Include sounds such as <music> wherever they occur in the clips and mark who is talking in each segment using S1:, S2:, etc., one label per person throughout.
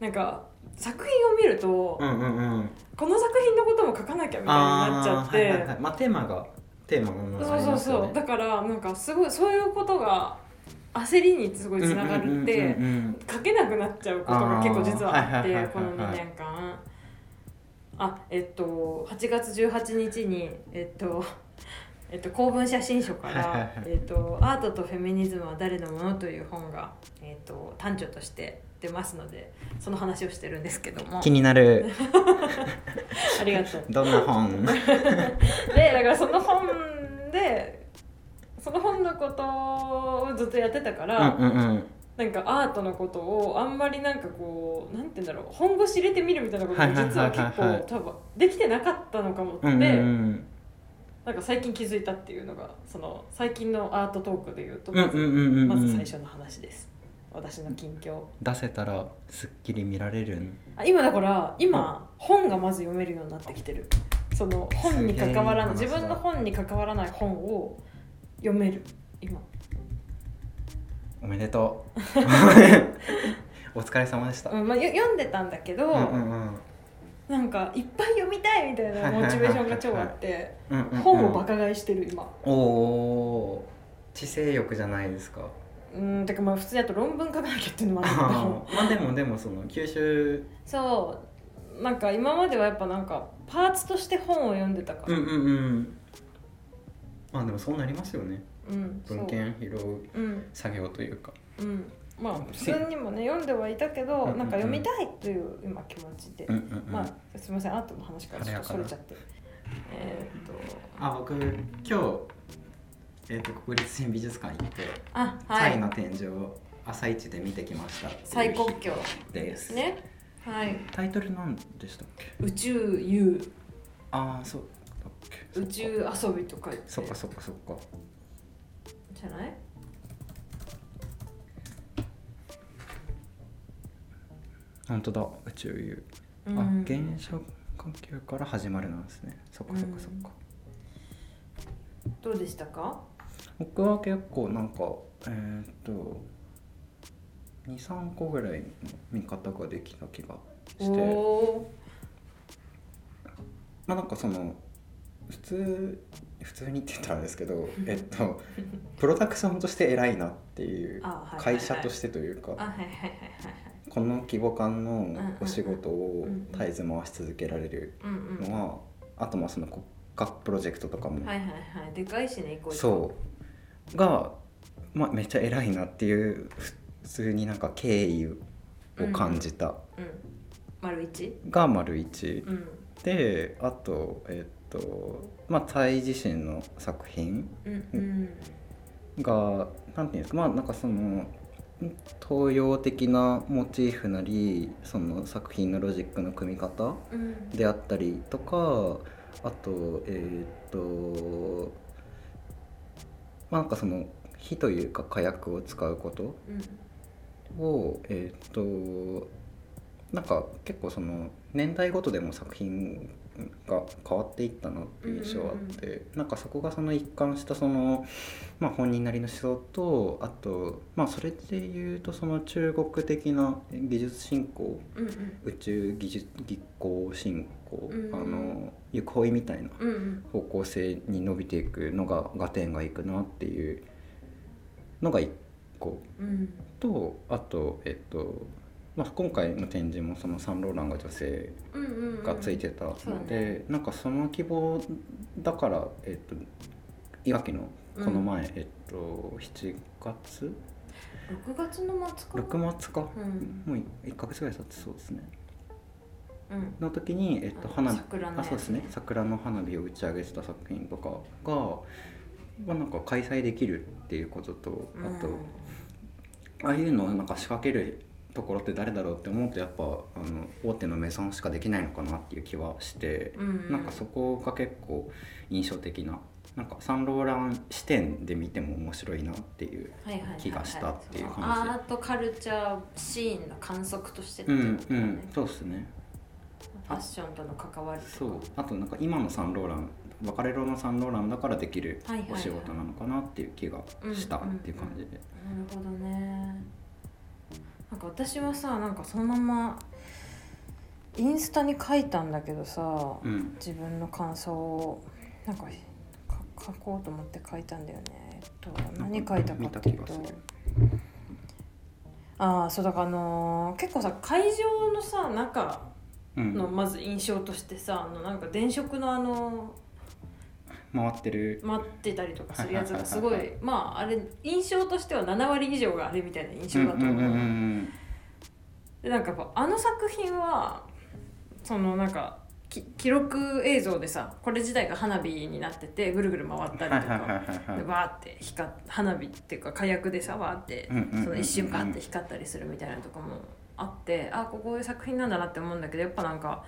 S1: なんか作品を見ると、
S2: うんうんうん
S1: この作品のことも書かなきゃみたいになっちゃって、
S2: あーはいはいはいまあテーマがテーマがまあ
S1: そうそうそう、
S2: ありますよね
S1: だからなんかすごいそういうことが焦りにすごいつながるって、
S2: うんうんうんうん
S1: 書けなくなっちゃうことが結構実はあっ
S2: あーはいはいはいはいは
S1: て
S2: い
S1: この2年間あえっと8月18日にえっとえっと、公文写真書か
S2: はいはいは
S1: ら
S2: い
S1: 「えっとアートとフェミニズムは誰のもの?」という本が、えっと、短調として出ますのでその話をしてるんですけども
S2: 気になる
S1: ありがとう。
S2: どんな <laughs> 本
S1: でだからその本でその本のことをずっとやってたから、
S2: うんうんうん
S1: なんかアートのことをあんまりなんかこうなんて言うんだろう本腰入れてみるみたいなことが実は結
S2: はいはいはいはい
S1: 構多分できてなかったのかもって、
S2: うんうんうん
S1: なんか最近気づいたっていうのがその最近のアートトークで言うと
S2: うん
S1: ま
S2: うん
S1: ず,、
S2: うんうん
S1: まず最初の話です私の近況
S2: 出せたらすっきり見られるん
S1: あ今だから今本がまず読めるようになってきてるその本に関わらない
S2: す
S1: 自
S2: げえい
S1: 分
S2: い話だ
S1: の本に関わらない本を読める今
S2: おめでと <laughs> うお疲れ様でした、
S1: うんまあ、よ読んでたんだけど、
S2: うんうんうん
S1: なんかいっぱい読みたいみたいなモチベーションが超あって
S2: うんうんうん
S1: 本をバカ買いしてる今
S2: おお知性欲じゃないです <laughs> か
S1: うんてかまあ普通だと論文書かなきゃっていうのもあるんだけ
S2: あ
S1: ど
S2: ーまあでもでもその吸収
S1: そうなんか今まではやっぱなんかパーツとして本を読んでたか
S2: う
S1: ら
S2: んうんうんまあでもそうなりますよね
S1: うんそう
S2: 文献拾う
S1: うん
S2: 作業というか
S1: うんまあ普通にもね読んではいたけど
S2: うんうんうん
S1: なんか読みたいという今気持ちで
S2: うんうんうん、
S1: まあすみません後の話からちょっとそれちゃってえーっと
S2: あ僕今日、えー、と国立新美術館行って
S1: あは
S2: サイ
S1: い
S2: の天井を朝一で見てきました
S1: 最国境
S2: です、
S1: ねはい
S2: タイトルなんでしたっけ
S1: 宇宙遊
S2: ああそうだっけ
S1: 宇宙遊びとか言って
S2: そっかそっかそっか
S1: じゃない
S2: 本当だ宇宙遊、
S1: うん
S2: あ原初呼吸から始まるなんですねそっかそっかそっか、
S1: どうでしたか
S2: 僕は結構なんかえーっと23個ぐらいの見方ができた気が
S1: お
S2: して
S1: お
S2: まあなんかその普通普通にって言ったらあれですけどえっとプロダクションとして偉いなっていう
S1: あはいはいはい
S2: 会社としてという
S1: ーあ
S2: か
S1: はいはいはいはいはい
S2: この規模感
S1: ん
S2: の
S1: うん
S2: お仕事を
S1: うん
S2: 絶えず回し続けられる
S1: うんうん
S2: のはあとまあその国家プロジェクトとかも
S1: はいはいはいでかいしねこ
S2: そうが、まあ、めっちゃ偉いなっていう普通になんか敬意を感じた
S1: ううん丸一
S2: が丸一
S1: うん
S2: であとえっとまあタイ自身の作品
S1: うんうん
S2: がなんていうんですかまあなんかその東洋的なモチーフなりその作品のロジックの組み方
S1: うん
S2: であったりとかあとえーっとまあなんかその火というか火薬を使うこと
S1: うん
S2: をえーっとなんか結構その年代ごとでも作品が変わっていったなっていう印象があって、なんかそこがその一貫したその、まあ、本人なりの思想とあとまあそれで言うとその中国的な技術振興
S1: うんうん
S2: 宇宙技術技巧振興、
S1: うん
S2: あの行く方位みたいな
S1: うんうん
S2: 方向性に伸びていくのが合点がいくなっていうのが1個
S1: うん
S2: とあとえっと、まあ、今回の展示もそのサンローランが女性
S1: うんうんうん
S2: がついてたの
S1: そうだ
S2: で、なんかその希望だからえっといわきのこの前、えっと7月
S1: 6月の末か
S2: 6月か、
S1: うん
S2: もう1ヶ月ぐらい経ってそうですね
S1: うん
S2: の時に、えっ
S1: あ
S2: と、
S1: の
S2: 花火
S1: 桜のや
S2: あ
S1: つ
S2: そうですね桜の花火を打ち上げてた作品とかが、まあ、なんか開催できるっていうことと
S1: うん
S2: あと、ああいうのをなんか仕掛けるところって誰だろうって思うとやっぱあの大手の名産しかできないのかなっていう気はして、
S1: うんうん
S2: なんかそこが結構印象的ななんかサンローラン視点で見ても面白いなっていう
S1: はいはいはいはい
S2: 気がしたっていう感じ
S1: そのアートカルチャーシーンの観測としてって
S2: う
S1: いうこ
S2: ん
S1: と
S2: う
S1: だね
S2: んそうですね
S1: ファッションとの関わりとか
S2: そうあとなんか今のサンローラン別れろのサンローランだからできる
S1: はいはいはい
S2: お仕事なのかなっていう気がしたっていう感じで
S1: なるほどねなんか私はさなんかそのままインスタに書いたんだけどさ
S2: うん
S1: 自分の感想をなんかか書こうと思って書いたんだよねえっと何書いたかっていう
S2: 見た気がす
S1: と
S2: る
S1: ああそうだからあのー結構さ会場のさ中
S2: うん
S1: のまず印象としてさあのなんか電飾のあの
S2: 回ってる
S1: 待ってたりとかするやつがすご
S2: はいはいはい
S1: いまああれ印象としては7割以上があれみたいな印象だと
S2: うんうんうんう
S1: 思うんでなんかやっぱあの作品はそのなんかき記録映像でさこれ自体が花火になっててぐるぐる回ったりと
S2: はいはい
S1: か。
S2: はいはい
S1: で
S2: はい
S1: わーって光っ花火っていうか火薬でさわーって
S2: うんうんうんうん
S1: その一瞬バーって光ったりするみたいなとかもあってあここういう作品なんだなって思うんだけどやっぱなんか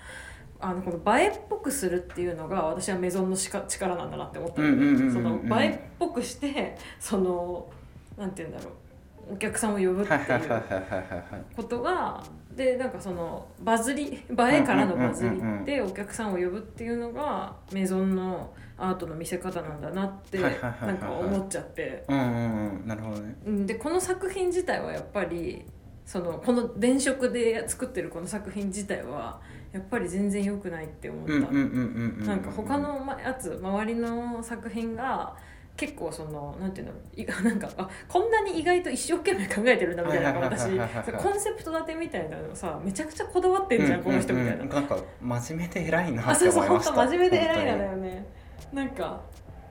S1: あのこの映えっぽくするっていうのが私はメゾンのしか力なんだなって思ったの
S2: うんうんうんうんう
S1: で
S2: ん
S1: その映えっぽくしてそのなんて言うんだろうお客さんを呼ぶって
S2: はいはい
S1: い
S2: はいうはいはい
S1: ことがでなんかそのバズり映えからのバズりってお客さんを呼ぶっていうのがメゾンのアートの見せ方なんだなって
S2: はいはいはいはいはい
S1: なんか思っちゃって
S2: うんうんうんなるほどね
S1: うんでこの作品自体はやっぱりそのこの電飾で作ってるこの作品自体はやっぱり全然良くないって思った。
S2: うんうんうんうんうん
S1: なんか他のまやつ周りの作品が結構そのなんていうのい <laughs> なんかあこんなに意外と一生懸命考えてるんだみたいなのが私そうコンセプト立てみたいなのさめちゃくちゃこだわってんじゃんこの人みたいな
S2: うんうんうんなんか真面目で偉いな
S1: あ
S2: っ
S1: そ
S2: て
S1: うそう
S2: 思いま
S1: 本
S2: した
S1: 当真面目で偉いなだよねなんか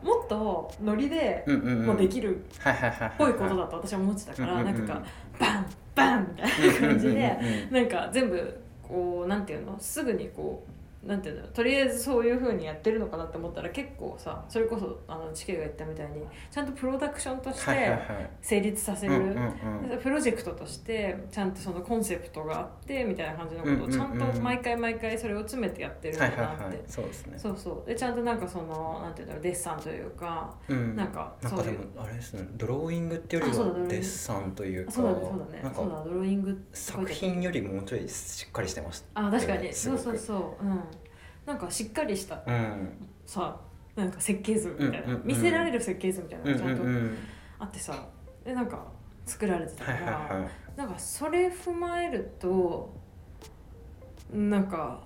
S1: もっとノリで
S2: 本当にうんうん
S1: もうで
S2: る
S1: きるっ
S2: はいはいはいはい
S1: ぽいことだと私は思ってたから
S2: うんうん
S1: な
S2: うん
S1: んかバンバンみたいな感じで
S2: うんうんうんうん
S1: なんか全部こうなんていうのすぐにこうなんていうのとりあえずそういう風にやってるのかなって思ったら結構さそれこそあのチケが言ったみたいにちゃんとプロダクションとし
S2: はいはいは
S1: て
S2: い
S1: 成立させる、
S2: うんうんうん
S1: プロジェクトとしてちゃんとそのコンセプトがあってみたいな感じのこと
S2: う
S1: を
S2: んうん
S1: ち
S2: う
S1: ゃ
S2: んうん
S1: んと毎回毎回それを詰めてやってるん
S2: は
S1: だ
S2: いはい
S1: なって、
S2: はいそうですね
S1: そうそうでちゃんとなんかそのなんていうんだろうデッサンというか
S2: うん
S1: なんか
S2: なん
S1: そう
S2: かで
S1: いう
S2: もあれですねドローイングっていうより
S1: あそうだドローイング
S2: はデッサンという
S1: あ
S2: か
S1: そうだねそうだね
S2: なん
S1: そう
S2: か
S1: だドローイングって書い
S2: 作
S1: てある
S2: 品よりもうちょいしっかりしてました
S1: あ確かに
S2: す
S1: そ
S2: ご
S1: う
S2: く
S1: そうそううんなんかしっかりした
S2: うん
S1: さなんか設計図みたいな、
S2: うんうんうん
S1: 見せられる設計図みたいなの
S2: うん
S1: が
S2: う
S1: ちゃん
S2: ん
S1: と
S2: うん
S1: あってさ、でなんか作られてたか
S2: はい
S1: ら、
S2: はいはい
S1: なんかそれ踏まえるとなんか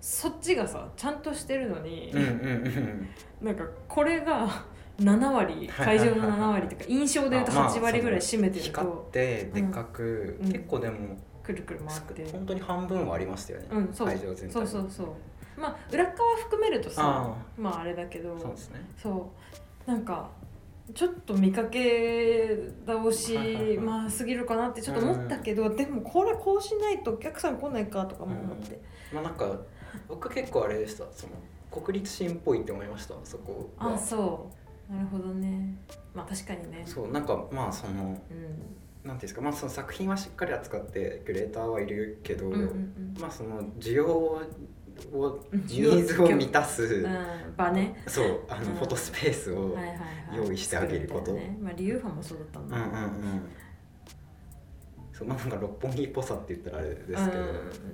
S1: そっちがさちゃんとしてるのに、
S2: うんうんうん
S1: なんかこれが <laughs> 7割会場の7割とか印象でいうと
S2: まあ
S1: 8割ぐらい占めてる
S2: 光っ
S1: と
S2: てでっかく、
S1: うん
S2: 結構でも、
S1: くるくる回って
S2: 本当に半分はありましたよね、
S1: うんそう
S2: 会場全体
S1: そうそうそうまあ裏側含めるとさ
S2: あ
S1: まああれだけど
S2: あそうですね
S1: そうなんかちょっと見かけ倒し
S2: はいはいはい
S1: まあすぎるかなってちょっと思ったけど、でもこれこうしないとお客さん来ないかとかも思って、
S2: まあなんか僕結構あれでしたその国立新っぽいって思いましたそこは
S1: あそうなるほどねまあ確かにね
S2: そうなんかまあその
S1: うん
S2: なんていうんですかまあその作品はしっかり扱ってクレーターはいるけど、
S1: うんうんうん
S2: まあその需要
S1: <laughs>
S2: をニ
S1: 需要
S2: ーズを満たす、
S1: うん場ね
S2: そうあの、
S1: うん
S2: フォトスペースを、
S1: はいはいはい
S2: 用意してあげること
S1: 作みたいなねまあ理由派もそうだったん
S2: うん
S1: だ、
S2: うんうんそうまあなんか六本木っぽさって言ったらあれですけど、
S1: う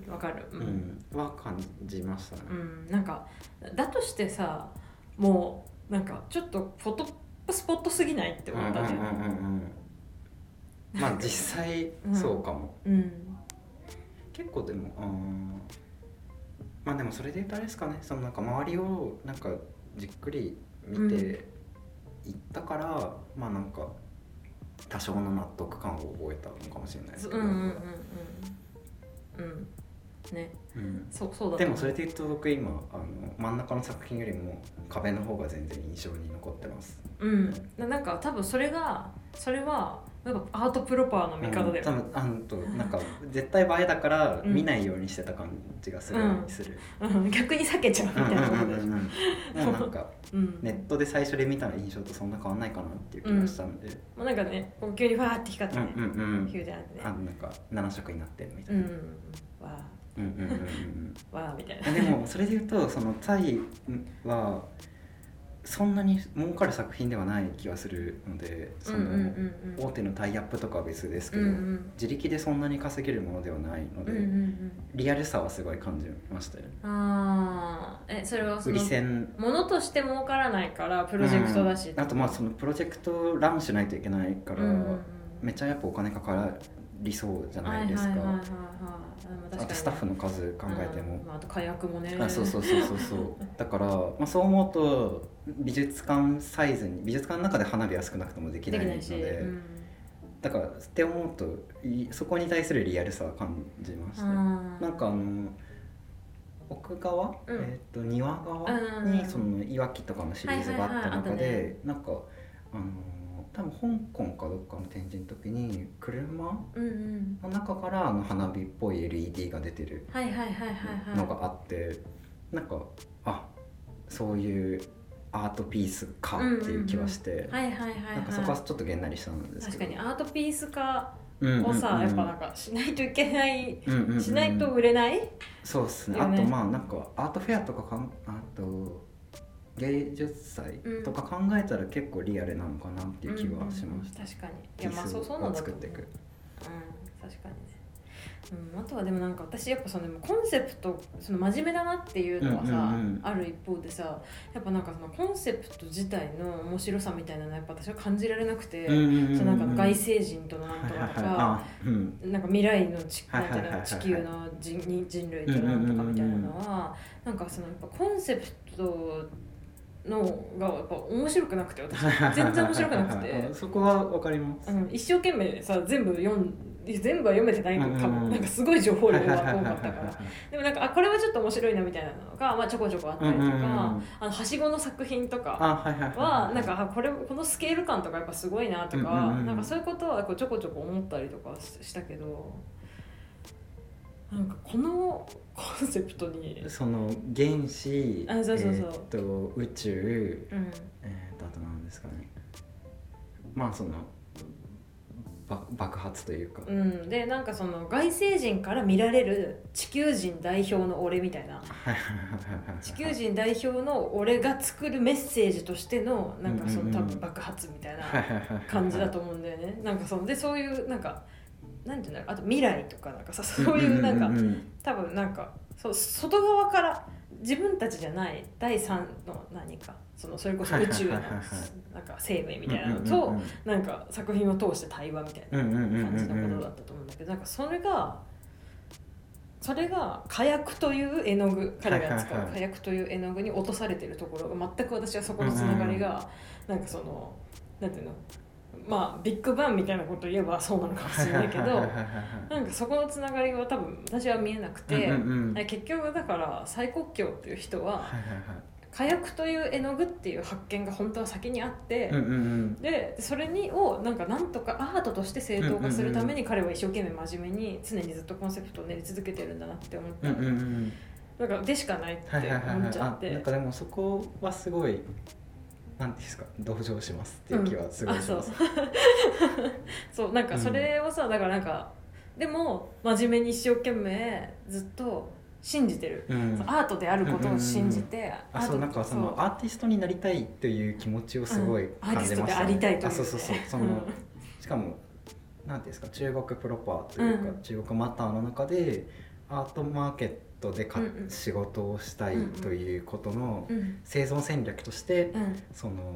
S1: んわかるうん、
S2: うん、は感じましたね。
S1: うんなんかだとしてさもうなんかちょっとフォトスポットすぎないって
S2: うんうん
S1: 思
S2: う
S1: っ
S2: ん
S1: たじゃん
S2: うんうん。まあ実際
S1: うん
S2: そうかも。
S1: うん
S2: 結構でも、うん、まあでもそれで言うとあれですかね。そのなんか周りをなんかじっくり見ていったから、まあなんか多少の納得感を覚えたのかもしれないです
S1: そ
S2: け
S1: う
S2: ど。
S1: んうんうんうんうんね
S2: うん
S1: そうそうだ
S2: でもそれで言うと僕今あの真ん中の作品よりも壁の方が全然印象に残ってます。
S1: うんななんか多分それがそれはなんかアートプロパーの見方だよ、
S2: うん多分あのとなんか絶対映えだから
S1: うん
S2: 見ないようにしてた感じがする,、
S1: うん
S2: する
S1: うん逆に避けちゃうみ
S2: うん
S1: たいなこと
S2: うん
S1: でし
S2: う
S1: ょ
S2: んうんうんもうな
S1: <laughs>
S2: んか
S1: うん
S2: ネットで最初で見た印象とそんな変わんないかなっていう気がしたんで、
S1: もうなんかねこう急にファーって光っ
S2: う
S1: て
S2: ん、
S1: ね、
S2: うんうん
S1: ヒューじゃなくて
S2: あ
S1: ね
S2: なんか7色になってるみた
S1: う
S2: い
S1: んうん
S2: な、
S1: うんわ
S2: うん、うんうんうん
S1: あわあみたいな
S2: うんでもそれで言うとそのタイはそんなに儲かる作品ではない気がするのでその、
S1: うんうんうんうん
S2: 大手のタイアップとかは別ですけ
S1: う
S2: ど、
S1: んうん
S2: 自力でそんなに稼げるものではないの
S1: う
S2: で、
S1: んうん
S2: リアルさはすごい感じましたよ
S1: うんああえそれはそ
S2: 売り
S1: の
S2: 線
S1: ものとして儲からないからプロジェクトだし、
S2: うんあとまあそのプロジェクトをランしないといけないか
S1: う
S2: ら、
S1: んうんうん
S2: めっちゃやっぱお金かか理想じゃないですか、
S1: はいはいはいはいはい、
S2: あとスタッフ
S1: の
S2: の数考えても、
S1: まあ、あと火薬もね
S2: あそうそうそうそ
S1: <laughs>
S2: うそうだから、まあ、そう思うと美術館サイズに美術館の中で花火は少なくともでき
S1: で
S2: な
S1: き
S2: いの
S1: ない
S2: で
S1: し、うん、
S2: だからって思うといそこに対するリアルさは感じました、
S1: あー
S2: なんかあの奥側、えっと庭側
S1: うんうんう
S2: に
S1: ん
S2: そのいわきとかのシリーズがあった中
S1: はいはいはいあっ
S2: でなんかあの多分香港かどっかの展示の時に車
S1: うんうん
S2: の中からあの花火っぽい LED が出てる
S1: はいはいはいはいはい
S2: のがあってなんかあそういうアートピースかっていう気はして
S1: はいはいはいはい
S2: なんかそこはちょっとげんなりしたんです
S1: 確
S2: け
S1: か
S2: ど
S1: にアートピース化
S2: うん
S1: をさ、
S2: うんうん
S1: やっぱなんかしないといけない
S2: うんうんうん
S1: しないと売れない、
S2: そうっすね
S1: よね
S2: あとまあなんかアートフェアとかかんあと芸術祭とか考えたら結構リアルなのかなっていう気はしました、
S1: うんうん確かにい
S2: ピ
S1: や
S2: ー
S1: まあ
S2: ス
S1: そうそうなんだ
S2: を
S1: と
S2: 作っ
S1: 思う
S2: ていく
S1: うん、確かにね、うん、あとはでもなんか私やっぱそのコンセプトその真面目だなっていうのはさ、
S2: うんうんうん
S1: ある一方でさやっぱなんかそのコンセプト自体の面白さみたいなのはやっぱ私は感じられなくて、
S2: うんうんうんうん
S1: そのなんか外星人とのなんとかとか、
S2: はいはいはいあうん
S1: なんか未来の地
S2: はいはいはいはい
S1: なんていうの地球の人人類となんとかみたいなのはなんかそのやっぱコンセプトのがやっぱ面白くなくて私全然面白くなくて
S2: あそこはわかります
S1: あの一生懸命さ全部読ん全部は読めてないのか
S2: うんうんう
S1: も
S2: ん
S1: なんかすごい情報量が多
S2: はいはい
S1: か
S2: は
S1: っ
S2: い
S1: た
S2: は
S1: か
S2: いは
S1: らでもなんかあこれはちょっと面白いなみたいなのが、まあ、ちょこちょこあったりとか、
S2: うんうんうん
S1: あのはしごの作品とか
S2: あはいはい
S1: は
S2: はい
S1: なんかあこれこのスケール感とかやっぱすごいなとか、
S2: うんうんうん
S1: なんかそういうことはこうちょこちょこ思ったりとかししたけどなんかこの <laughs> コンセプトに、
S2: その原子
S1: あそうそうそう
S2: えーっと宇宙
S1: うん、
S2: えーっとあと何ですかねまあそのば爆発というか、
S1: うん、でなんかその外星人から見られる地球人代表の俺みたいな
S2: はいはいはいはいはい
S1: 地球人代表の俺が作るメッセージとしてのなんかそ
S2: うんうん
S1: の
S2: うん
S1: 多分爆発みたいな
S2: はいはいはいはい
S1: 感じだと思うんだよねなんかそのでそういうなんかなんていうんだろうあと未来とかなんかさそういうなんか
S2: ううん
S1: 多分なんかそう外側から自分たちじゃない第三の何かそのそれこそ宇宙の
S2: はいはいはいはい
S1: なんか生命みたいなの
S2: うんうんうん
S1: となんか作品を通して対話みたい
S2: うんうんうん
S1: な
S2: うんうん
S1: 感じのことだったと思うんだけどなんかそれがそれが火薬という絵の具彼が使
S2: はいは
S1: う
S2: いはい
S1: 火薬という絵の具に落とされてるところが全く私はそこのつながりがなんかそのなんていうのまあビッグバンみたいなことを言えばそうなのかもしれないけ
S2: はいは
S1: ど
S2: い。はいはい
S1: なんかそこのつながりは多分私は見えなくて、
S2: うんうんうんはい
S1: 結局だから蔡国強っていう人は
S2: はいはい
S1: 火薬という絵の具っていう発見が本当は先にあって、
S2: うんうんうん
S1: でそれにをなんかなんとかアートとして正当化するために彼は一生懸命真面目に常にずっとコンセプトを練り続けてるんだなって思っ
S2: う
S1: た、
S2: んうんうん
S1: なんかでしかないって
S2: はいはいはい
S1: 思っちゃ
S2: は
S1: っ
S2: いあなん
S1: て。
S2: かでもそこはすごいなんていうんですか同情しますっていう気はすごいします、
S1: そうなんかそれをさ、だからなんかでも真面目に一生懸命ずっと信じてる、
S2: うん
S1: アートであることを信じて、ア
S2: あ
S1: ート
S2: そうなんかそのアーティストになりたいという気持ちをすごい
S1: うん
S2: 感
S1: アーティ
S2: じました、
S1: ストでありたいというね
S2: あそうそ
S1: <laughs>
S2: うそうその、
S1: うん
S2: しかもなんていうんですか中国プロパーというか、
S1: うん
S2: 中国マターの中でアートマーケットでか、
S1: うんうん
S2: 仕事をしたいということの
S1: うん
S2: 生存戦略として、
S1: うん
S2: その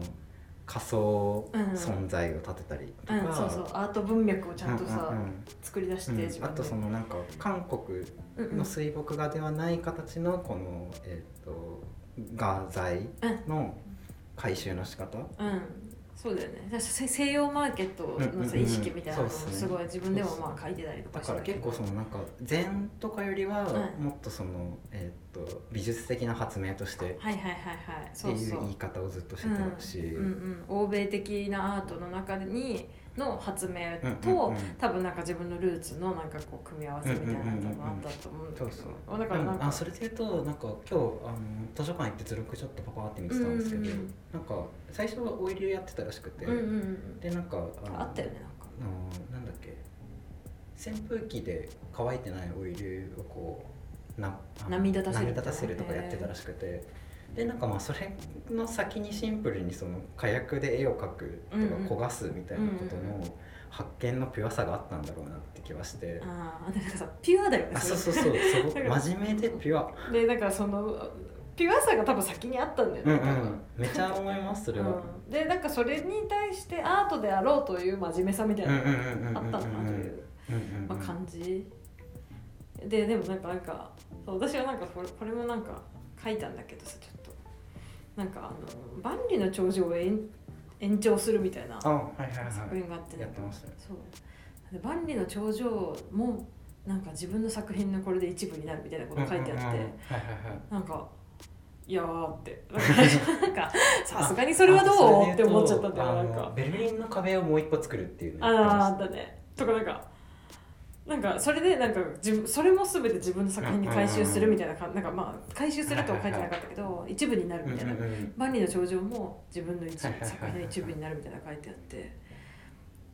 S2: 仮想存在を立てたりと
S1: う
S2: か、
S1: ん、そうそうアート文脈をちゃんとさ、
S2: うんうんうん
S1: 作り出して、
S2: うん
S1: 自分
S2: あ
S1: で
S2: とそのなんか韓国
S1: うんうん
S2: の水墨画ではない形のこの、えっと画材の回収の仕方、
S1: うんそうだよねだから西西洋マーケットのさ
S2: うんうんうん
S1: 意識みたいなのを
S2: そうっすね
S1: すごい自分でもまあ書いてたりと
S2: だ
S1: か
S2: から結構そ
S1: の
S2: のなんか禅とかよりは
S1: はい
S2: もっとその、えっと美術的な発明として
S1: はいはいはいはい
S2: って
S1: そう
S2: い
S1: そうう
S2: 言い方をずっとしてたし、
S1: うんうん、欧米的なアートの中にの発明と、
S2: うんうんうん
S1: 多分なんか自分のルーツのなんかこう組み合わせみたいなのがあったと思うんだけど、
S2: うんうんうんうんそう
S1: あだからなん
S2: でもあ
S1: か
S2: それで言うとなんか今日あの図書館行って図録ちょっとパパーって見てたんですけど、
S1: うんうんうん
S2: なんか最初はオイルやってたらしくて、
S1: うんうんうん
S2: でなんかあの
S1: あったよねなんか
S2: あのなんだっけ扇風機で乾いてないオイルをこうなあの
S1: 波立たせる
S2: 波せるとかやってたらしくてでなんかまあそれの先にシンプルにその火薬で絵を描くと
S1: うんうん
S2: か焦がすみたいなこと
S1: うん
S2: の発見のピュアさがあったんだろうなって気はして、
S1: ああなんかさピュアだよね
S2: あ
S1: れ
S2: そうそうそうす
S1: <laughs>
S2: ごく
S1: だから
S2: 真面目でピュア。
S1: でなんかそのピュアさが多分先にあったんだよ
S2: うん
S1: ね、
S2: う
S1: 多分
S2: ん、めちゃ思いますそれは。
S1: うんでなんかそれに対してアートであろうという真面目さみたい
S2: うん
S1: なの
S2: うん
S1: があったのかなと
S2: うんうんうんう
S1: い
S2: ん
S1: う
S2: うん
S1: まあ、感じででもなんかなんかそう私はなんかこれこれもなんか書いたんだけどさちょっとなんかあの万里の長城を延延長するみたいな
S2: あはいはい
S1: 作
S2: は
S1: 品があって
S2: い
S1: な
S2: やっ
S1: ん
S2: て
S1: か
S2: ましたね
S1: そうで万里の長城もなんか自分の作品のこれで一部になるみたいなこと書いてあって、
S2: うんうんうんはいはいはい
S1: なんかいやーってなんかさすがにそれはどうって思っちゃったんだよ
S2: あ
S1: な
S2: それ
S1: ん
S2: で言うとあ
S1: か
S2: の。ベルリンの壁をもう一個作るっていうの
S1: あ
S2: やってま
S1: あ
S2: し
S1: あったねとかなんかなんかそれでなんか自分それも全て自分の作品に回収するみたいなかなんかまあ回収するとは書いてなかったけど一部になる
S2: た
S1: みたいな
S2: うんうんうん
S1: 万里の長城も自分の一
S2: はいはいはいはい
S1: 作品の一部になるみたいな書いてあって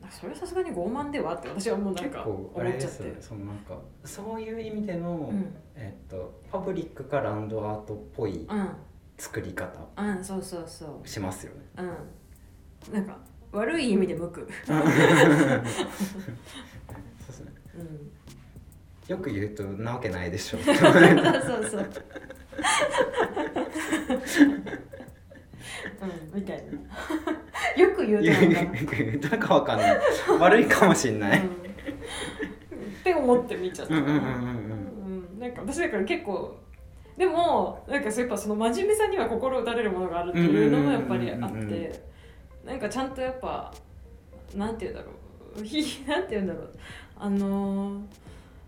S1: なんかそれはさすがに傲慢ではって私はもうなん
S2: 結
S1: か
S2: 構
S1: 思
S2: あれ
S1: っ
S2: で
S1: ちゃっ
S2: す
S1: て
S2: よねそのなんかそういう意味で
S1: う
S2: の、
S1: ん
S2: えっとパブリックかランドアートっぽい作り方
S1: うんうんそうそうそ
S2: しますよね
S1: ううんなんか悪い意味で向く、
S2: そうですね
S1: うん、
S2: よく言うとなわけないでしょ
S1: そうそう。うん、みたいな。よく言うとなんか
S2: よく言うとなんかわかんない悪いかもしんない、
S1: うんって思って見ちゃった。
S2: うん、うんうんうんうん
S1: うんなんか私だから結構。でもなんかそうやっぱその真面目さには心打たれるものがあるっていうのもやっぱりあ
S2: うんうんう
S1: っ
S2: んうんうん
S1: てなんかちゃんとやっぱなんて言うんだろう <laughs> ひなんて言うんだろうあのー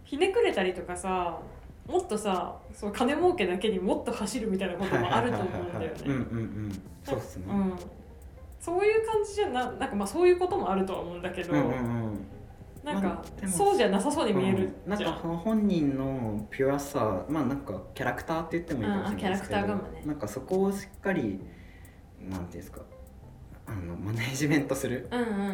S1: ひねくれたりとかさもっとさそう金儲けだけにもっと走るみたいなこともあると思うんだよ
S2: <laughs> うんうん
S1: ね。
S2: うんそうっすね、
S1: うんそういう感じじゃななんかまあそういうこともあるとは思うんだけど、
S2: うんうんうん
S1: なん
S2: ま
S1: か
S2: あでも
S1: そうじゃなさそうに見える
S2: うんなん
S1: じゃ
S2: か
S1: ん。
S2: 本人のピュアさまあなんかキャラクターって言ってもいいかもしれないですけど、
S1: うんあキャラクターかもね
S2: なんかそこをしっかりなんていうんですかあのマネージメントする
S1: うんうんうんうん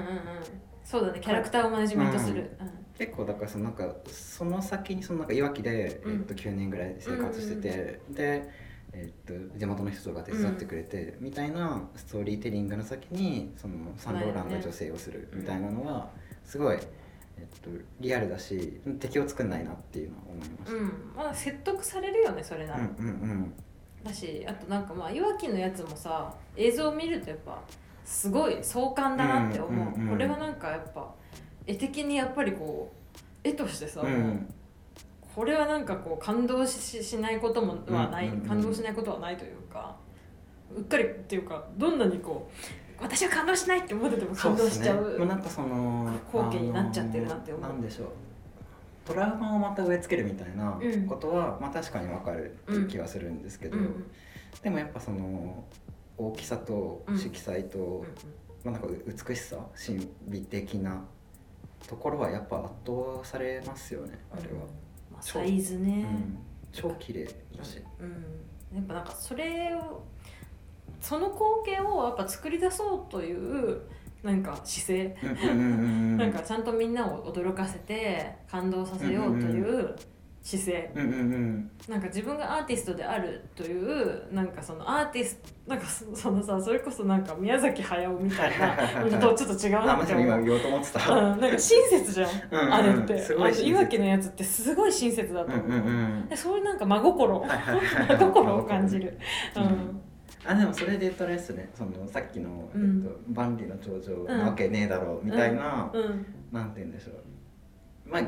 S1: そうだねキャラクターをマネジメントする、うん
S2: 結構だからそのなんかその先にそのなんかいわきで、
S1: うん
S2: えっと9年ぐらい生活してて、
S1: うん
S2: で、えっと地元の人が手伝ってくれて、みたいなストーリーテリングの先にそのサンローランが女性をするみたいなのはすごい、えっとリアルだし敵を作んないなっていうのは思いました。
S1: うん、まあ説得されるよねそれなら、
S2: うんうんうん
S1: だしあとなんかまあいわきのやつもさ映像を見るとやっぱすごい壮観だなって思う,、
S2: うんうんうん
S1: これはなんかやっぱ絵的にやっぱりこう絵としてさ、
S2: うん
S1: これはなんかこう感動ししないこともはない、
S2: うんうんうん
S1: 感動しないことはないというかうっかりっていうかどんなにこう私は感動しないって思ってても
S2: そ
S1: 感
S2: うで
S1: 動
S2: す
S1: し
S2: ね
S1: ちゃう
S2: まあ、なんかその
S1: 光景になっちゃってるなって思う
S2: あのなんでしょうトラウマをまた植え付けるみたいな
S1: うん
S2: ことは、まあ確かにわかるっていう気はするんですけど、
S1: うんうんうん
S2: でもやっぱその大きさと
S1: うん
S2: 色彩と、まあ、なんか美しさ神秘的なところはやっぱ圧倒されますよねあれは、
S1: まあ、サイズね、
S2: うん、超綺麗だし、
S1: うん、やっぱなんかそれをその光景をやっぱ作り出そうというなんか姿勢、
S2: うんうんうんうん
S1: なんかちゃんとみんなを驚かせて感動させようという姿勢、
S2: うんうんうん
S1: なんか自分がアーティストであるというなんかそのアーティストなんかそそのさそれこそなんか宮崎駿みたい
S2: <laughs>
S1: なのとちょっと違う
S2: あ
S1: な
S2: ま
S1: って
S2: さに
S1: 思う
S2: 今。言おうと思って
S1: うん、
S2: た、
S1: なんか親切じゃん、
S2: うんうん
S1: あれって
S2: すごい親切
S1: あのいわきのやつってすごい親切だと
S2: うん
S1: 思う、
S2: うんうん
S1: でそういうなんか真心
S2: はいはいはいは
S1: 真
S2: い
S1: 心を感じる、う
S2: うん
S1: ん、
S2: あでもそれで言ったらあれですねそのさっきの、
S1: うん
S2: えっと、万里の長城
S1: うん
S2: なわけねえだろうみたいな、
S1: うん
S2: なんて言うんでしょうまあ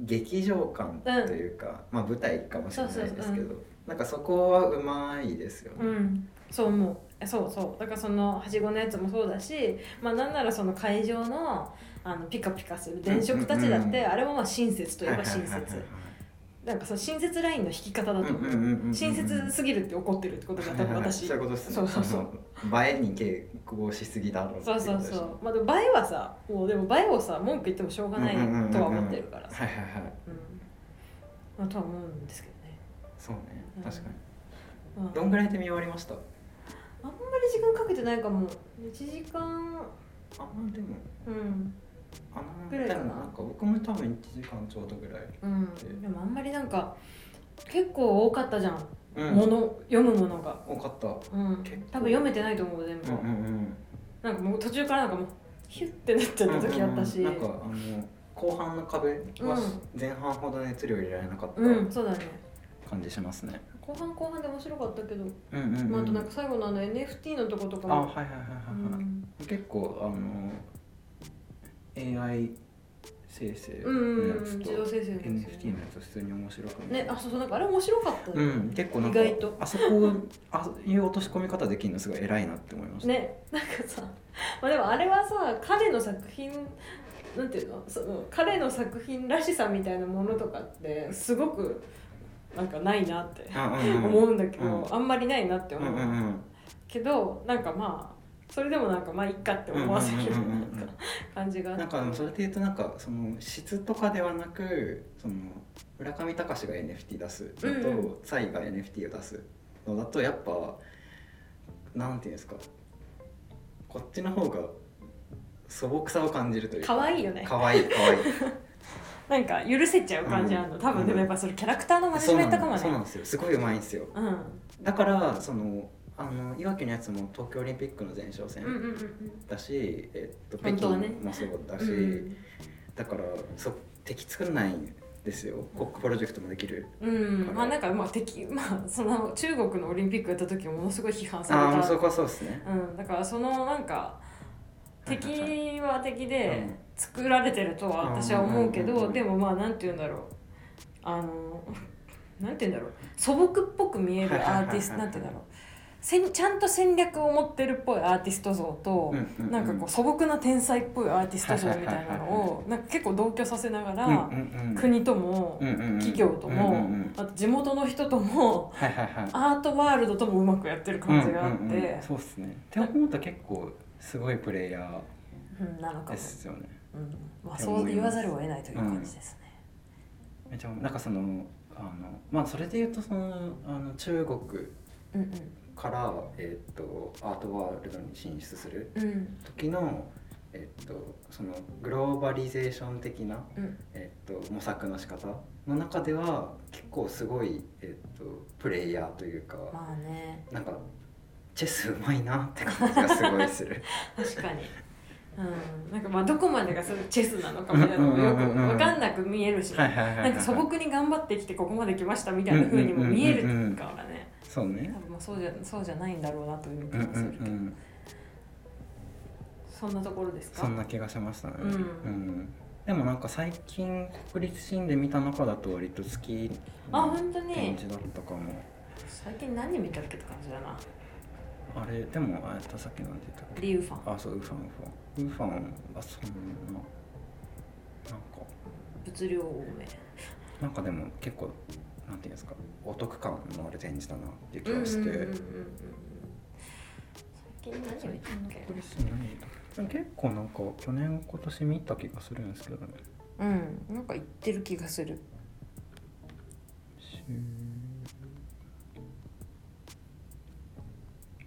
S2: 劇場感というか、まあ舞台かもしれないですけど
S1: そうそう
S2: なんかそこはうまいですよね。
S1: うん、そう思うえそうそうだからそのはしごのやつもそうだし、まあなんならその会場のあのピカピカする電飾たちだって、
S2: うんうんうん
S1: あれもまあ親切といえば
S2: はいはい
S1: 親
S2: はいはい
S1: 切なんかその親切ラインの引き方だと思う,、
S2: うんうんうんうん
S1: 親切すぎるって怒ってるってことが多分私
S2: そういうことですね。
S1: そうそうそう
S2: あの映えに傾向しすぎだろってい
S1: そう
S2: こと
S1: そ
S2: で
S1: う
S2: すね
S1: そうまあでも映えはさもうでも映えをさ文句言ってもしょうがないとは思ってるからさ
S2: はいはいはい。
S1: うんまあとは思うんですけどね、
S2: そうね
S1: うん
S2: 確かに。
S1: まあ
S2: どんぐらいで見終わりました？
S1: あんまり時間かけてないかも1時間
S2: あまあでも
S1: うん
S2: あ
S1: ぐら
S2: の
S1: いか
S2: で
S1: な
S2: もなんか僕も多分一時間ちょうどぐらい。
S1: うんでもあんまりなんか結構多かったじゃん、
S2: う
S1: もの読むものが、
S2: 多かった。
S1: うん、多
S2: 結
S1: 分
S2: 構
S1: 読めてないと思う全部、
S2: うんうんうん。
S1: なんかもう途中からなんかもうヒュッてなっちゃった時あったし、
S2: うんうんうんなんかあの後半の壁は前半ほど熱量入れられなかっ
S1: うん、そうだね
S2: た感じしますね。
S1: 後半後半で面白かったけど、
S2: うんうんうん
S1: まあ、あとなんか最後のあの NFT のとことか
S2: あはい
S1: も、
S2: はいはいはいは
S1: うん
S2: い。結構あの AI 生成
S1: うんうん
S2: のやつと
S1: 自動生成のやつね
S2: NFT のやつ普通に面白くな
S1: ねあそうそうなんかあれ面白かった
S2: う
S1: ね,、
S2: ん、結構なんか
S1: 意外と
S2: あそこをああいう落とし込み方できるのすごい偉いなって思いました、
S1: ねなんかさ、まあ、でもあれはさ彼の作品なんていうのその彼の作品らしさみたいなものとかってすごくなんかないなって
S2: あうんうん
S1: 思うんだけど、
S2: うん
S1: あんまりないなって
S2: うん
S1: 思
S2: う
S1: う、
S2: んうん
S1: けどなんかまあそれでもなんかまあいっかって思わせる
S2: うんうんうんうん
S1: なんか感じがあって
S2: なんかでもそれで言うとなんかその質とかではなくその村上隆が NFT 出すの
S1: うんう
S2: とサイが NFT を出すのだとやっぱなんていうんですかこっちの方が素朴さを感じるという
S1: 可愛いよね
S2: 可愛い
S1: <laughs>
S2: 可愛い
S1: なんか許せちゃう感じあるの、
S2: うん
S1: 多分でもやっぱそれキャラクターのマネジメントかもね
S2: そうなんですよすごい上手いんですよ
S1: うんうん
S2: だからそのあのいわきのやつも東京オリンピックの前哨
S1: うん
S2: 戦
S1: うん
S2: だし、えっと北
S1: 本当
S2: 京
S1: はね
S2: もそうだ
S1: う
S2: し、
S1: んうん
S2: だからそ敵作らないんですよ国家プロジェクトもできる
S1: うん、まあなんかまあ敵まあその中国のオリンピックやった時はものすごい批判され
S2: ああ
S1: た
S2: そこはそうですね
S1: うん、だからそのなんか敵は敵
S2: う
S1: で
S2: ん
S1: 作られてるとは私は思うけ
S2: うんうんうん
S1: ど
S2: うん
S1: でもまあなんて言うんだろうあのなんて言うんだろう素朴っぽく見えるアーティスト
S2: は
S1: な
S2: いはいはいはい
S1: んて言うんだろうせんちゃんと戦略を持ってるっぽいアーティスト像と、
S2: うんうんうん
S1: なんかこう素朴な天才っぽいアーティスト像みたいなの
S2: はいはいはい
S1: をなんか結構同居させながら、
S2: うんうんうん
S1: 国とも、
S2: うんうんうん
S1: 企業とも、
S2: うんうんうん
S1: あと地元の人とも
S2: はいはいはい
S1: アートワールドともうまくやってる感じがあって、
S2: うんうんうんそうですねって思うと結構すごいプレイヤ
S1: うん、なの
S2: ー
S1: か
S2: で
S1: も、
S2: すよね
S1: うんまあ、
S2: って思
S1: そ
S2: い
S1: う
S2: ます
S1: 言わざるを得ないという感じですね。
S2: めちゃなんかそのあのまあそれで言うとそのあの中国
S1: うん
S2: から、えっとアートワールドに進出する
S1: うんうん
S2: 時の、えっとそのグローバリゼーション的な、
S1: うん
S2: えっと模索の仕方の中では結構すごい、えっとプレイヤーというか、
S1: まあね
S2: なんかチェスうまいなって感じがすごい
S1: <laughs>
S2: する。
S1: 確かに。うん、なんかまあどこまでがそれチェスなのかみたいなのもよく分かんなく見えるし、
S2: はいはいはいは
S1: な
S2: い
S1: んか素朴に頑張ってきてここまで来ましたみたいな風にも見えるからね
S2: そう
S1: 多
S2: ね。
S1: 分まあそうじゃそうじゃないんだろうなという気
S2: うんう
S1: も
S2: んう
S1: するけど、
S2: ん。
S1: そんなところですか
S2: そんな気がしましたね。
S1: うん
S2: んでもなんか最近国立シーンで見た中だと割と好き
S1: あ
S2: な
S1: 本当
S2: 展
S1: に
S2: 示だったかも。
S1: 最近何見たっけって感じだな
S2: あれでもあえっとさっきなんて言ったっけ
S1: リュウファン
S2: あそうウーファンウーファンウーファンあそんななんか
S1: 物量多め
S2: なんかでも結構なんていうんですかお得感のある展示だなっていう気がして、
S1: うんうんうんうんうん最近何見たっけ
S2: これすごいな結構なんか去年今年見た気がするんですけどね
S1: うんなんか言ってる気がする
S2: しゅ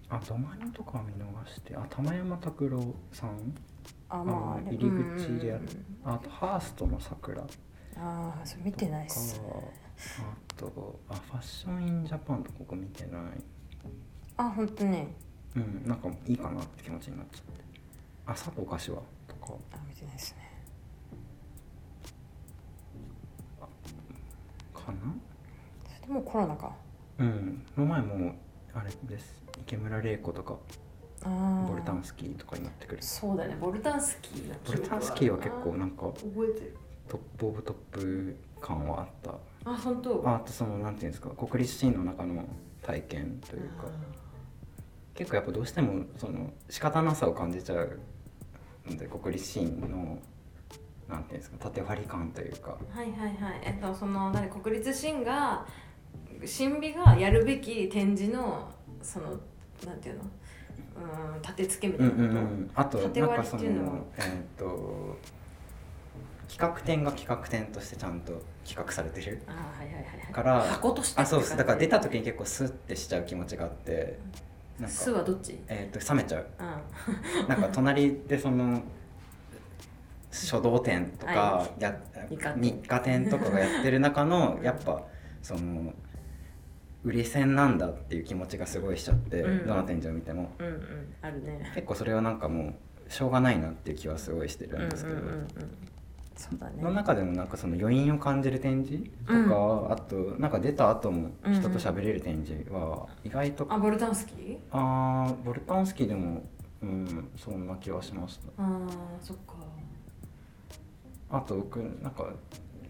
S2: あドマニとかは見逃してあ玉山拓郎さん
S1: あま
S2: あ
S1: あ
S2: の
S1: あれ
S2: 入り口でやる
S1: うんうんうん
S2: あとハーストの桜
S1: ああそれ見てないっす
S2: あとあファッションインジャパンとか僕見てない
S1: あ本当ね
S2: うんなんかいいかなって気持ちになっちゃってあ佐藤柏とか
S1: あ見てないっすねそ
S2: かな
S1: れでもうコロナか
S2: うんこの前もあれです池村玲子とか
S1: ああ
S2: ボルタンスキーとかになってくる
S1: そうだねボルタンスキーの
S2: ボ
S1: 記
S2: ル
S1: 憶
S2: タ
S1: はあるな
S2: ンスキーは結構なんか
S1: 覚えてる
S2: トップオブトップ感はあった
S1: あ本当
S2: ああとそのなんていうんですか国立シーンの中の体験というか結構やっぱどうしてもその仕方なさを感じちゃうんで国立シーンのなんていうんですか縦割り感というか
S1: はいはいはいえっとその何国立新が新美がやるべき展示のそのなんていうのうーん立て付けみたいなこと、
S2: あと
S1: 縦
S2: なん
S1: 割
S2: か
S1: りっ
S2: そ
S1: てい
S2: の
S1: うのは
S2: えーっと企画展が企画展としてちゃんと企画されてる
S1: あーはいはいはいはい
S2: から
S1: 箱として
S2: あそうですだから出た
S1: と
S2: 時に結構スッてしちゃう気持ちがあってなん
S1: す
S2: か
S1: はどっち
S2: えーっと冷めちゃう
S1: あ
S2: なんか隣でその書道展とか
S1: は
S2: や
S1: 日課展
S2: 日課展とかがやってる中のやっぱその売り線なんだっていう気持ちがすごいしちゃって、
S1: うん
S2: どの展示を見ても
S1: うんうんあるね
S2: 結構それはなんかもうしょうがないなっていう気はすごいして
S1: うん
S2: る
S1: うんん
S2: です
S1: う
S2: け
S1: ん
S2: ど、
S1: うんそうだ
S2: の
S1: ね
S2: 中でもなんかその余韻を感じる展示と
S1: う
S2: か、
S1: ん
S2: あとなんか出た後も人と喋れる展示は意外と、
S1: あボルタンスキー
S2: あーボルタンスキーでも、うん、そんな気はしまし
S1: あ
S2: た。
S1: ーそっか
S2: あと僕なんか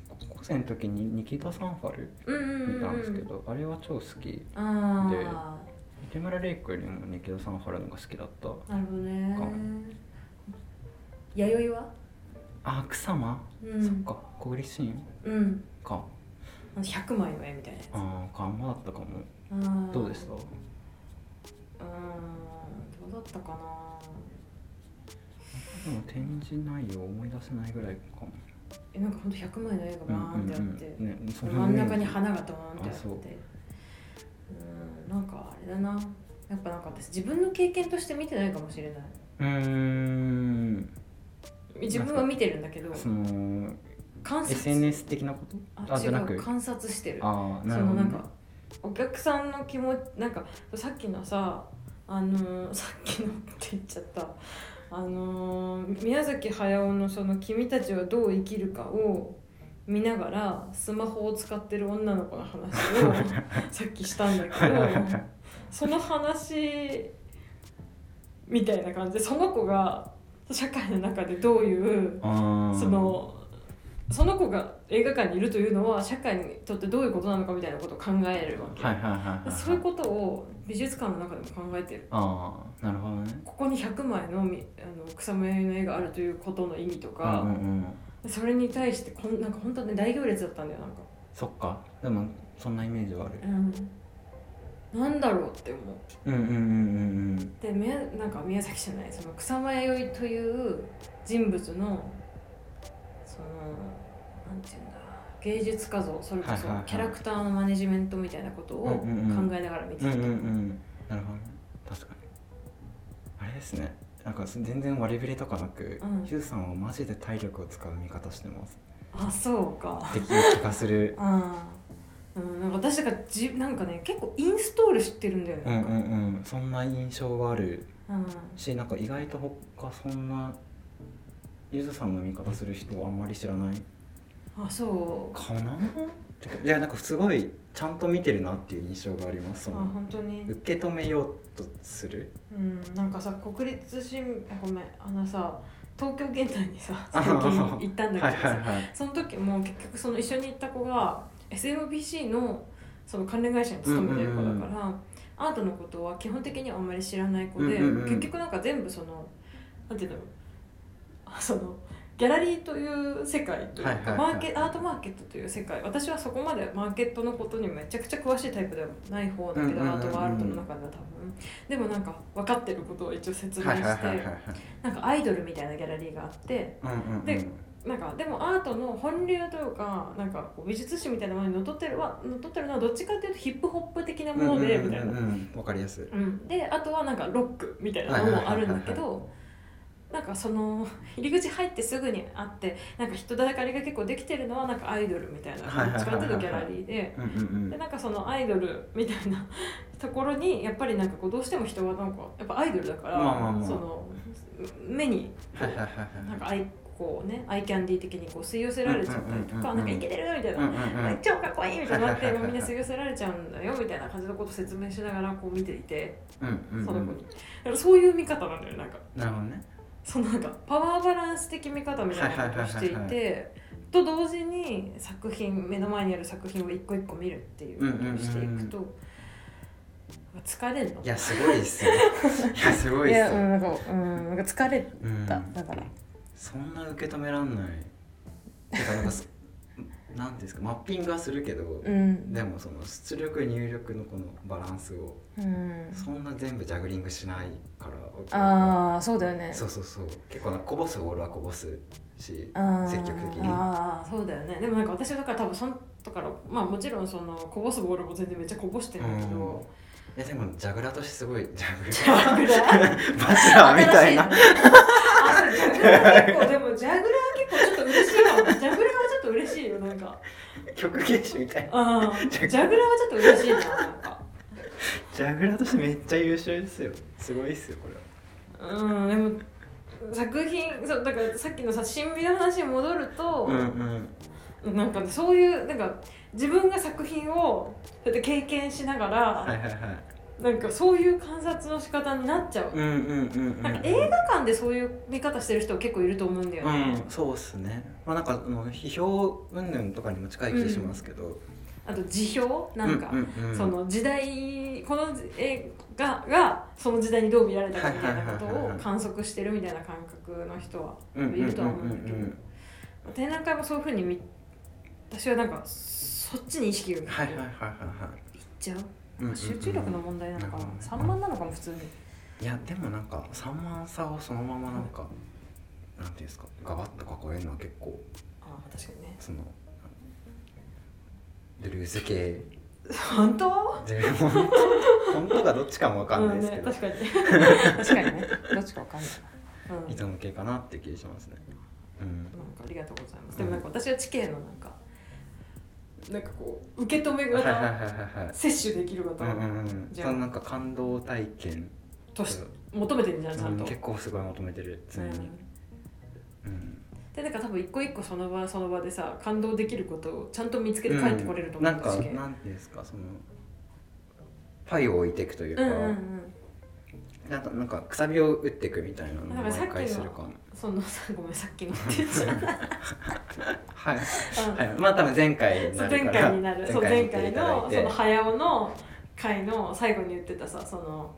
S2: 高校生の時にニキタ・サンファル
S1: うんうんうんうん
S2: 見たんですけど、あれは超好き
S1: あ
S2: で
S1: あ
S2: 池村レイクよりもニキタ・サンファルの方が好きだった
S1: なるほどね
S2: か
S1: 弥生は
S2: あ草間、
S1: う
S2: そっか小栗旬
S1: うん
S2: か
S1: あの100枚の絵みたいなやつ
S2: ああかあんまだったかも
S1: あー
S2: どうでした
S1: うーんどうだったかな
S2: でも展示内容思い出せないぐらいかも
S1: えなんかほんと100枚の絵がバーンってあって、
S2: うんうんうんね、その
S1: 真ん中に
S2: イメージ
S1: 花がドーンってあって
S2: あそう
S1: うーんなんかあれだなやっぱなんか私自分の経験として見てないかもしれないう
S2: ーん
S1: 自分は見てるんだけど
S2: その
S1: 観察
S2: SNS 的なこと
S1: あ
S2: じゃなく
S1: 違う観察してる
S2: ああ
S1: そ
S2: なる
S1: の
S2: ほど、
S1: な
S2: ね
S1: ん、かお客さんの気持ちなんかさっきのさあのーさ <laughs> っきのって言っちゃったあのー宮崎駿のその「君たちはどう生きるか」を見ながらスマホを使ってる女の子の話
S2: <laughs>
S1: をさっきしたんだけどその話みたいな感じでその子が社会の中でどういう
S2: ああ
S1: そのその子が映画館にいるというのは社会にとってどういうことなのかみたいなことを考えるわけ、
S2: はいはいはいはい、はい、
S1: そういうことを美術館の中でも考えてる
S2: ああなるほどね
S1: ここに100枚のみあの草間彌生の絵があるということの意味とか、
S2: うんうんうん、
S1: それに対してこんなんか本当に大行列だったんだよなんか、
S2: そっかでもそんなイメージはある
S1: うん、なんだろうって思う
S2: うんうんうんうんうん
S1: で宮なんか宮崎じゃないその草間彌生という人物のそのなんていうんだ芸術家像それこ
S2: はい
S1: そ
S2: はいはい
S1: キャラクターのマネジメントみたいなことを
S2: うん
S1: 考
S2: うんうん
S1: えながら見て
S2: うん
S1: た
S2: うんうんなるほどね確かにあれですねなんか全然割り振りとかなく、
S1: うん
S2: ヒューさんはマジで体力を使う見方してます
S1: あそうか
S2: できる気がす <laughs> る
S1: あーうん、なんか私だからじなんかね結構インストールしてるんだよね、
S2: うんうんうんそんな印象がある
S1: うん
S2: しなんか意外と他そんなゆずさんの見方する人はあんまり知らない
S1: あそう
S2: かなてかいやなんかすごいちゃんと見てるなっていう印象がありますそ
S1: あ
S2: の
S1: 本当に
S2: 受け止めようとする
S1: うんなんかさ国立新あごめんあのさ東京現代にさ
S2: あ
S1: 最近行った
S2: <laughs>
S1: んだけどさ、
S2: はいはいはい
S1: その時も結局その一緒に行った子が SMBC のその関連会社に勤めてる子だから、アートのことは基本的にはあんまり知らない子で、
S2: うんうんうん
S1: 結局なんか全部そのなんていうんだろう <laughs> あそのギャラリーという世界という
S2: はいはい
S1: か
S2: はい
S1: マーケアートマーケットという世界私はそこまでマーケットのことにめちゃくちゃ詳しいタイプではない方だけど、
S2: うんうんうんうん
S1: アートはアートの中では多分でもなんか分かってることを一応説明
S2: はい
S1: し
S2: はい
S1: て、
S2: はいはい
S1: なんかアイドルみたいなギャラリーがあって。
S2: はいうんうんうん
S1: でなんかでもアートの本流というかなんかこう美術史みたいなものにのっとってるはのっとってるのはどっちかっていうとヒップホップ的なものでみたい
S2: うんう
S1: な、
S2: んうんうんわかりやすい
S1: うん、であとはなんかロックみたいなのもあるんだけ
S2: は
S1: どなんかその入り口入ってすぐにあってなんか人だかりが結構できてるのはなんかアイドルみたいな
S2: はいは
S1: どっ
S2: いはい
S1: ちかっていうとギャラ
S2: はい
S1: リーで。
S2: うんうんう
S1: で
S2: ん
S1: なんかそのアイドルみたいなところにやっぱりなんかこうどうしても人はなんかやっぱアイドルだから、
S2: まあまあまあ
S1: その目に
S2: はいはいはいはい
S1: なんかアイこうねアイキャンディー的にこう吸い寄せられちゃったりとか
S2: うんうんうんうん
S1: なんかイケてるみたいな、
S2: うんうんうん
S1: 超かっこいいみたいになって
S2: はいはいはいはい
S1: もうみんな吸い寄せられちゃうんだよみたいな感じのことを説明しながらこう見ていて
S2: うんう
S1: その
S2: ん
S1: 子
S2: うん
S1: に、だからそういう見方なんだよなんか
S2: なるほどね
S1: そのなんかパワーバランス的見方みたいなことをしてい
S2: はいはい
S1: てと同時に作品目の前にある作品を一個一個見るっていうことをしていくと、疲れるの
S2: いやすごいっすよいやすごいっすよ
S1: ん、なんかうんなんか疲れ
S2: うん
S1: だから
S2: そんな受け止めらんないてかなんかそなんていうんですかマッピングはするけど、
S1: ん
S2: でもその出力入力のこのバランスを
S1: うん
S2: そんな全部ジャグリングしないから僕は
S1: ああそうだよね
S2: そうそうそう結構なんかこぼすボールはこぼすし
S1: あー
S2: 積極的に
S1: あーそうだよねでもなんか私はだから多分そんだからまあもちろんそのこぼすボールも全然めっちゃこぼしてるんだけど、
S2: いやでもジャグラーとしてすごいジャグ
S1: ジャグラー
S2: バチェラーみたいな
S1: 新しのあそうジャグラー結構でもジャグラー結構ちょっと嬉しいかもジャグラーはちょっと嬉しいよなんか
S2: 曲芸師みたいな
S1: あージャグラーはちょっと嬉しいななんか
S2: ジャグラーとしてめっちゃ優秀ですよすごいっすよこれは
S1: うんでも作品そうだからさっきのさ神秘の話に戻ると、
S2: うんうん
S1: なんかねそういうなんか自分が作品をそうやって経験しながら、
S2: はいはいはい
S1: なんかそういう観察の仕方になっちゃう、
S2: うんうんうんうん
S1: なんか映画館でそういう見方してる人結構いると思うんだよ
S2: う
S1: ね、
S2: ん、そうっすねまあなんかあの批評云々とかにも近い気しますけど、
S1: あと辞表なんか、
S2: ううんうん
S1: その時代この映画がその時代にどう見られたかみたいなこと
S2: はいはい
S1: を
S2: はいはい
S1: 観測してるみたいな感覚の人は
S2: うんうんうんうん
S1: いるとは思うんだけど展覧会もそういうふうに見私はなんかそっちに意識がいっ
S2: はいはいはいはいは
S1: ちゃう、
S2: いうんうんうん
S1: 集中力の問題なのかな、
S2: うん
S1: 散漫なのかも普通に
S2: いやでもなんか散漫さをそのままなんか、なんていうんですかガバッと囲えるのは結構
S1: ああ確かにね
S2: そのルルーズ系
S1: 本当
S2: で本当本当がどっちかもわかんないですけど、
S1: うんね、確
S2: <laughs>
S1: かに確かにねどっちかわかんないな、うん、
S2: いつも系かなっていう気がしますねう
S1: な
S2: ん
S1: んかありがとうございます。でもなんか私は地形のなんか、なんかこう受け止め
S2: はいはいはい
S1: 方、
S2: はいはい
S1: 摂取できる
S2: う
S1: 方
S2: んうんうん
S1: じゃ
S2: そ
S1: あ
S2: のなんか感動体験
S1: とし求めてるじゃんちゃ
S2: うんん
S1: と。
S2: 結構すごい求めてる常
S1: う
S2: に
S1: ん
S2: うん
S1: でなんか多分一個一個その場その場でさ感動できることをちゃんと見つけて帰ってこれると思う
S2: なんか
S1: 地
S2: なん
S1: 形
S2: ていうんですかそのパイを置いていくというか、
S1: うんうんうん。
S2: なんかなんかくさびを打っていくみたいなのを
S1: なんかさっ
S2: 毎
S1: きの
S2: 回するかも
S1: そのさごめんさっきのって言っちゃ
S2: <laughs>
S1: った。
S2: はい、
S1: うん
S2: はい、まあ多分前回に
S1: そ
S2: な
S1: う
S2: る
S1: 前
S2: から
S1: 回になるそう
S2: 前
S1: 前
S2: 回に
S1: 回
S2: 行っ
S1: の
S2: て
S1: そ
S2: い
S1: の
S2: ただいて
S1: 早尾の回の最後に言ってたさその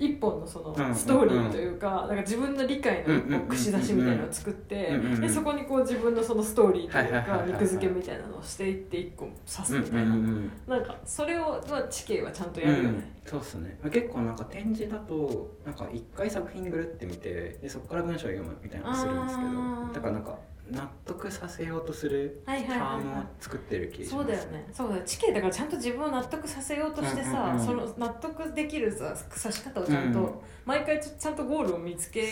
S1: 一本のそ
S2: うん
S1: のストーリーというか,、なんか自分の理解の一
S2: うんうんうんうんう
S1: 本
S2: ん
S1: 串出しみたいなのを作って、
S2: うんうんうん
S1: でそこにこう自分のそのストーリーという
S2: はいはいはい
S1: か
S2: はいはい
S1: 肉付けみたいなのをしていって一個刺すみたいな、
S2: うんうんうん
S1: なんかそれを、まあ、地形はちゃんと
S2: う
S1: やるよ
S2: ん
S1: ね。、
S2: そうっすね結構なんか展示だとなんか一回作品ぐるって見てでそこから文章を読むみたいなのするんですけど
S1: あー
S2: だからなんか納得させようとする
S1: はい
S2: タ
S1: はいはい
S2: ームを
S1: は
S2: 作ってる
S1: い。
S2: 気がし
S1: そ
S2: ま
S1: う
S2: す
S1: だよね。そうだよ。地形だからちゃんと自分を納得させようとしてさ、
S2: うんうんうん
S1: その納得できるさ刺し方をちゃんと、
S2: うん
S1: 毎回ちゃんとゴールを見つけ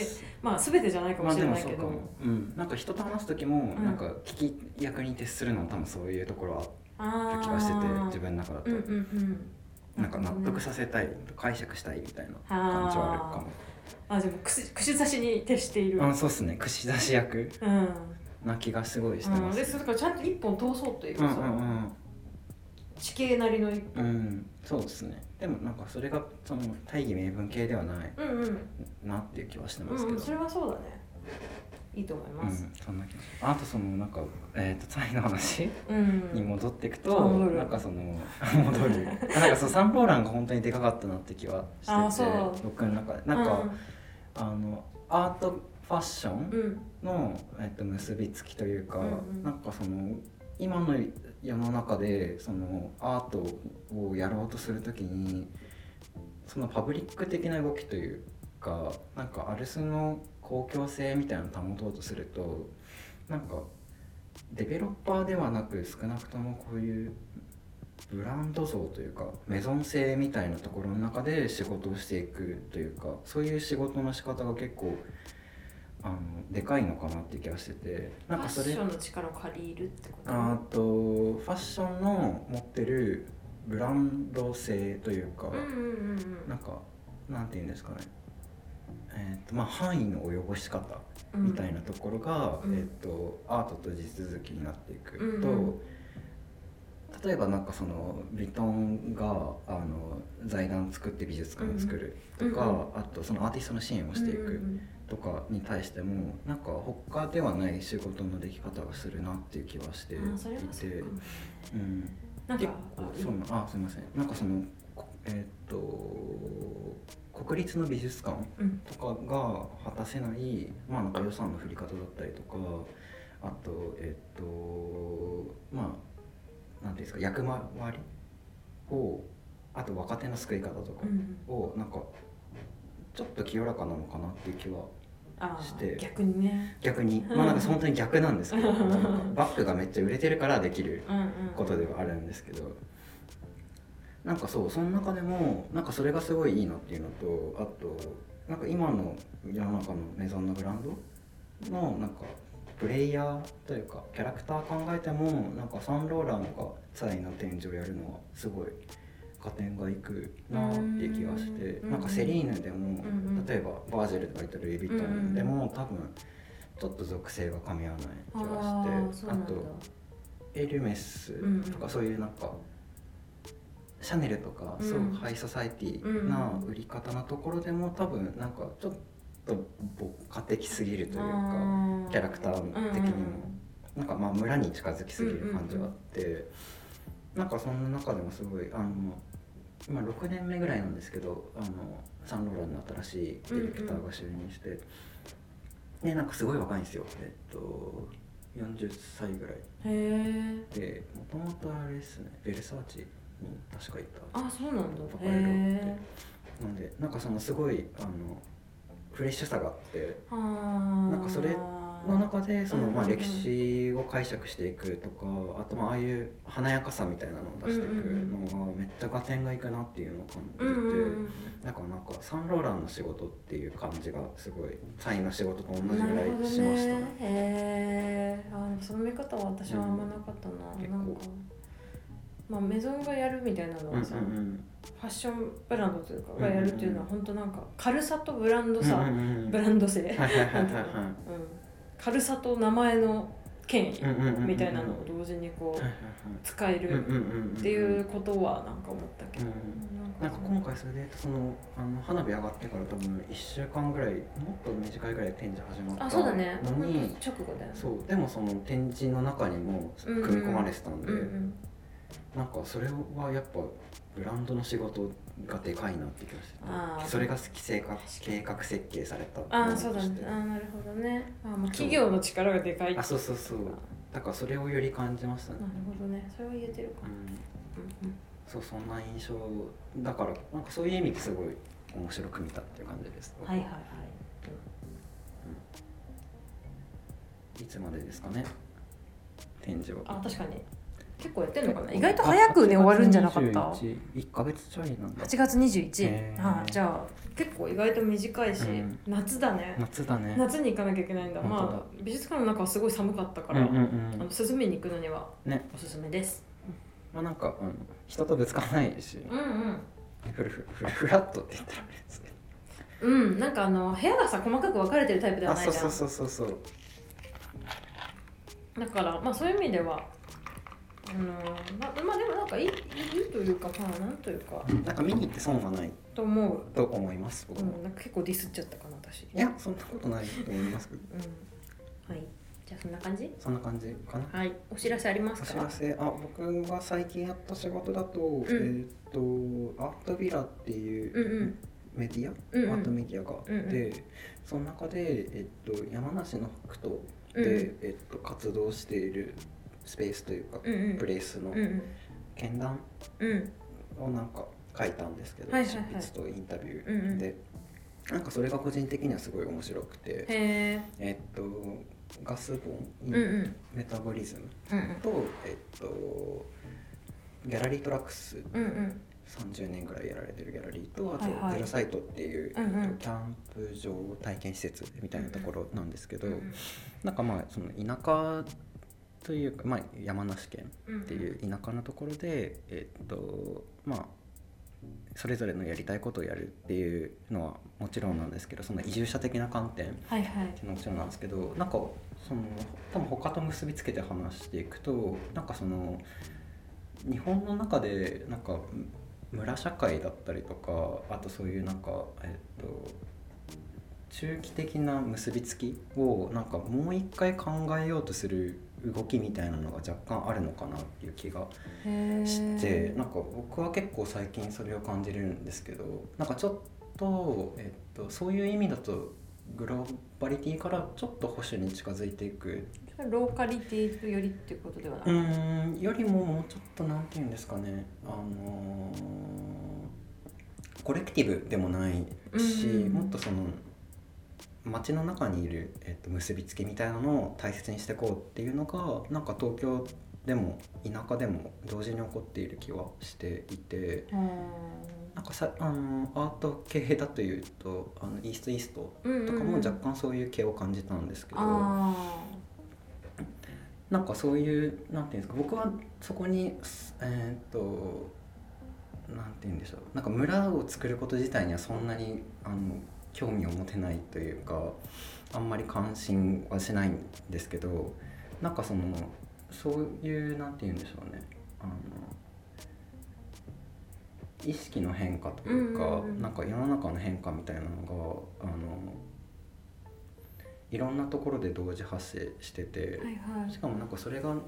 S1: まあ全てじゃないかも
S2: まあ
S1: し
S2: で
S1: れ
S2: も
S1: ない
S2: そう
S1: け
S2: か
S1: ど、
S2: も、うん、なんか人と話す時も、
S1: うん
S2: なんか聞き役に徹するのも多分そういうところあ
S1: あ
S2: る
S1: あ
S2: 気がしてて自分の中だと、
S1: うんうんうん
S2: なんか納得させたい、解釈したいみたいな感
S1: 感
S2: じはあるかも
S1: あでも串串刺しに徹している
S2: あそうっすね串出し役
S1: うん、
S2: な気がすごいして
S1: うん、
S2: ま、
S1: ですそれからちゃんと一本通そうという
S2: う
S1: か
S2: ん、う
S1: さ、
S2: んうん
S1: 地形なりの一
S2: う
S1: 本
S2: んそうですねでもなんかそれがその大義名分系ではない
S1: うんうん
S2: なっていう気はして
S1: う
S2: ます
S1: ん
S2: け
S1: う
S2: ど
S1: んそれはそうだねいいと思いま
S2: う
S1: す
S2: ん、そんな気がしますあとそのなんか、えー、とタイの話
S1: うん、
S2: に戻っていくと、
S1: あ戻る
S2: なんかその <laughs> 戻るなんかそうサンポーランが本当にでかかったなって気はして
S1: あそ
S2: て
S1: う
S2: 僕の中でなんか、あのアートファッショ
S1: うん
S2: ンの、えっと、結びつきというか、
S1: うんうん
S2: なんかその今の世の中でそのアートをやろうとするときにそのパブリック的な動きというかなんかアルスの公共性みたいなのを保とうとするとなんかデベロッパーではなく少なくともこういうブランド像というかメゾン性みたいなところの中で仕事をしていくというかそういう仕事の仕方が結構あのでかいのかなって気がしてて
S1: フ
S2: なん
S1: ァ
S2: かそ
S1: ッ
S2: れ
S1: ションの力を借りるってこと
S2: あとファッションの持ってるブランド性というか、
S1: うんうんうん
S2: なんかなんて言うんですかねえーとまあ、範囲の及ぼし方
S1: うん
S2: みたいなところが、
S1: うん
S2: えー、とアートと地続きになっていくと、
S1: うんうん
S2: 例えばなんかそのヴィトンがあの財団作って美術館を作るとか、
S1: うん
S2: あとそのアーティストの支援をしてい
S1: うんう
S2: く
S1: ん
S2: とかに対してもなんか他ではない仕事のでき方がするなっていう気はしてい
S1: うんあそれはそう
S2: て
S1: かもね
S2: うん
S1: なん
S2: 結
S1: か
S2: 構そうなあすいませんなんかそのこえーっと国立の美術館
S1: うん
S2: とかが果たせないまあなんか予算の振り方だったりとかあとえーっとまあなんていうんですか役回りをあと若手の救い方とか
S1: うんうん
S2: をなんかちょっと清らかなのかなっていう気は
S1: あー
S2: して
S1: 逆にね
S2: 逆にまあなんか本当に逆なんですけどなんかバッグがめっちゃ売れてるからできる
S1: うんうん
S2: ことではあるんですけどなんかそうその中でもなんかそれがすごいいいなっていうのとあとなんか今の世の中のメゾンのブランドのなんかプレイヤーというかキャラクター考えてもなんかサンローランがサイの展示をやるのはすごい加点がいくなっていう気がして
S1: うん
S2: なんかセリーヌでも
S1: うんうん
S2: 例えばバージェルとかいたルイ・ヴィトンでも多分ちょっと属性が噛み合わない気
S1: あー
S2: がし
S1: そ
S2: て
S1: う
S2: あ
S1: なんだ
S2: とエルメスとかそういうなんか、シャネルとか、
S1: うん
S2: そうハイソサイティな売り方のところでも多分なんかちょっと牧歌的すぎるというかキャラクター的にも、なんかまあ村に近づきすぎる感じがあって、なんかそんな中でもすごいあの今6年目ぐらいなんですけどあのサンローランの新しいディレクターが就任して、でなんかすごい若いんですよえっと40歳ぐらい
S1: へえ
S2: でもともとあれですねベルサーチに確かいた
S1: あそうなんだ
S2: パパイロっ
S1: へ
S2: てなんでなんかそのすごいあのフレッシュさがあって
S1: え
S2: な
S1: なん
S2: かそれの中でその、まあ、
S1: うんうんうん
S2: 歴史を解釈していくとかあとまあああいう華やかさみたいなのを出していくのがめっちゃ合点がいくなっていうのを感じて、
S1: うんうんうん
S2: なんかなんかサンローランの仕事っていう感じがすごいサインの仕事と同じぐ
S1: な
S2: ら
S1: る
S2: い
S1: ほど
S2: しました
S1: ね。へえ。あでもその見方は私はあんまなかったな。
S2: うん
S1: なんか
S2: 結。
S1: まあ、メゾンがやるみたいなの
S2: うんう
S1: は
S2: ん
S1: さ、
S2: う
S1: フ
S2: ん
S1: ァッションブランドというかがやるっていうのは本当なんか軽さとブランドさ、
S2: うんうんうん
S1: ブランド性、
S2: はいはいは
S1: ないんていうのう
S2: はいはい
S1: ん軽さと名前の権威
S2: うんうんうんうん
S1: みたいなのを同時にこ
S2: はいうはいはい
S1: 使える
S2: っ
S1: っていうことはなんか思ったけど、
S2: なんか今回それでそのあの花火上がってから多分1週間ぐらいもっと短いぐらい展示始まっ
S1: あ
S2: たのに
S1: そうだね直後だよね
S2: そうでもその展示の中にも組み込まれてたんで、
S1: うんうん
S2: なんかそれはやっぱブランドの仕事がでかいなって気がして
S1: あー
S2: それが規制化計画設計されたも
S1: あ
S2: の
S1: あ
S2: と
S1: そうだ
S2: し
S1: ね
S2: て
S1: あーなるほどねあーまあ企業の力がでかいな
S2: あ
S1: る
S2: そうそうそうだからそれをより感じましたね、
S1: ほどねそれは言えてるか
S2: う
S1: な、
S2: ん、
S1: うんうん
S2: そうそんな印象だからなんかそういう意味ですごい面白く見たっていう感じです
S1: はいはいはい
S2: いつまでですかね展示
S1: あ
S2: は
S1: 確かに結構やってんのかな意外と早くね終わるんじゃなかった
S2: 1ヶ月ちょいなんだ
S1: 8月21
S2: へ
S1: 日
S2: ー
S1: はいじゃあ結構意外と短いし、
S2: うん
S1: 夏だね
S2: 夏だね
S1: 夏に行かなきゃいけないんだ
S2: 本当だ
S1: まあ美術館の中はすごい寒かったか
S2: うん
S1: ら、
S2: うんう
S1: あの
S2: ん
S1: 涼みに行くのには
S2: ね
S1: おすすめです、
S2: まあなんか、うん、人とぶつからないし
S1: うんうん
S2: ふるふるふるふらっとって言ったらあれですけど
S1: うん、なんかあの部屋がさ細かく分かれてるタイプでは
S2: あ
S1: ない
S2: そ
S1: じゃ
S2: うんそうそうそうそう
S1: だからまあそういう意味ではあのままあでもなんかいいいいというかまあなんというか
S2: なんか見に行って損はない
S1: と思う、
S2: と思います
S1: う
S2: 僕も、
S1: ん、なんか結構ディスっちゃったかな私
S2: いやそんなことないと思いますけど
S1: うんはいじゃあそんな感じ
S2: そんな感じかな
S1: はいお知らせありま
S2: お
S1: す
S2: 知
S1: から
S2: せあ僕が最近やった仕事だと、えーっとアートビラっていううん
S1: うん
S2: メディア、
S1: うんうん
S2: アートメディアがあって、
S1: うんう
S2: その中で、えっと、山梨の北斗で、
S1: うん
S2: えっと、活動しているスペースというか、
S1: うんうん
S2: プレイスの
S1: うんうん
S2: 見談
S1: うん
S2: をなんか書いたんですけど、
S1: はいはいはい
S2: 執筆とインタビュ
S1: うんう
S2: ー
S1: ん
S2: で、なんかそれが個人的にはすごい面白くて、
S1: へ
S2: えっと、ガスボ
S1: え
S2: ン、
S1: うんうん
S2: メタボリズム
S1: うんうん
S2: と、えっと、ギャラリートラックス
S1: うんうん
S2: 30年ぐらいやられてるギャラリーとあと
S1: はいはい
S2: ゼロサイトっていう、
S1: うんうん
S2: えっとキャンプ場体験施設みたいなところなんですけど、
S1: うん
S2: なんかまあその田舎というか、まあ、山梨県
S1: うん
S2: っていう田舎のところで、えっとまあ、それぞれのやりたいことをやるっていうのはもちろんなんですけどその移住者的な観点っ
S1: はいはい
S2: ていうのはもちろんなんですけどなんかその多分他と結びつけて話していくとなんかその日本の中でなんか村社会だったりとかあとそういうなんかえっと中期的な結びつきをなんかもう一回考えようとする動きみたいなのが若干あるのかなっていう気が
S1: へえ
S2: してなんか僕は結構最近それを感じるんですけどなんかちょっと、えっと、そういう意味だとグローバリティからちょっと保守に近づいていく
S1: ローカリティよりっていうことではな
S2: う
S1: く
S2: ーんよりももうちょっとなんて言うんですかねあのーコレクティブでもないし、
S1: うん
S2: もっとその街の中にいる、えっと、結びつきみたいなのを大切にしていこうっていうのがなんか東京でも田舎でも同時に起こっている気はしていて。なんかさあのアート系だというとあのイーストイースト
S1: うん
S2: とかも若干そういう系を感じたんですけど、
S1: あ
S2: なんかそういうなんていうんですか僕はそこにえーっとなんていうんでしょうなんか村を作ること自体にはそんなにあの興味を持てないというかあんまり関心はしないんですけどなんかそのそういうなんていうんでしょうねあの意識の変化というか、
S1: うんうんうん
S2: なんか世の中の変化みたいなのがあのいろんなところで同時発生してて、
S1: はいはい
S2: しかもなんかそれがあの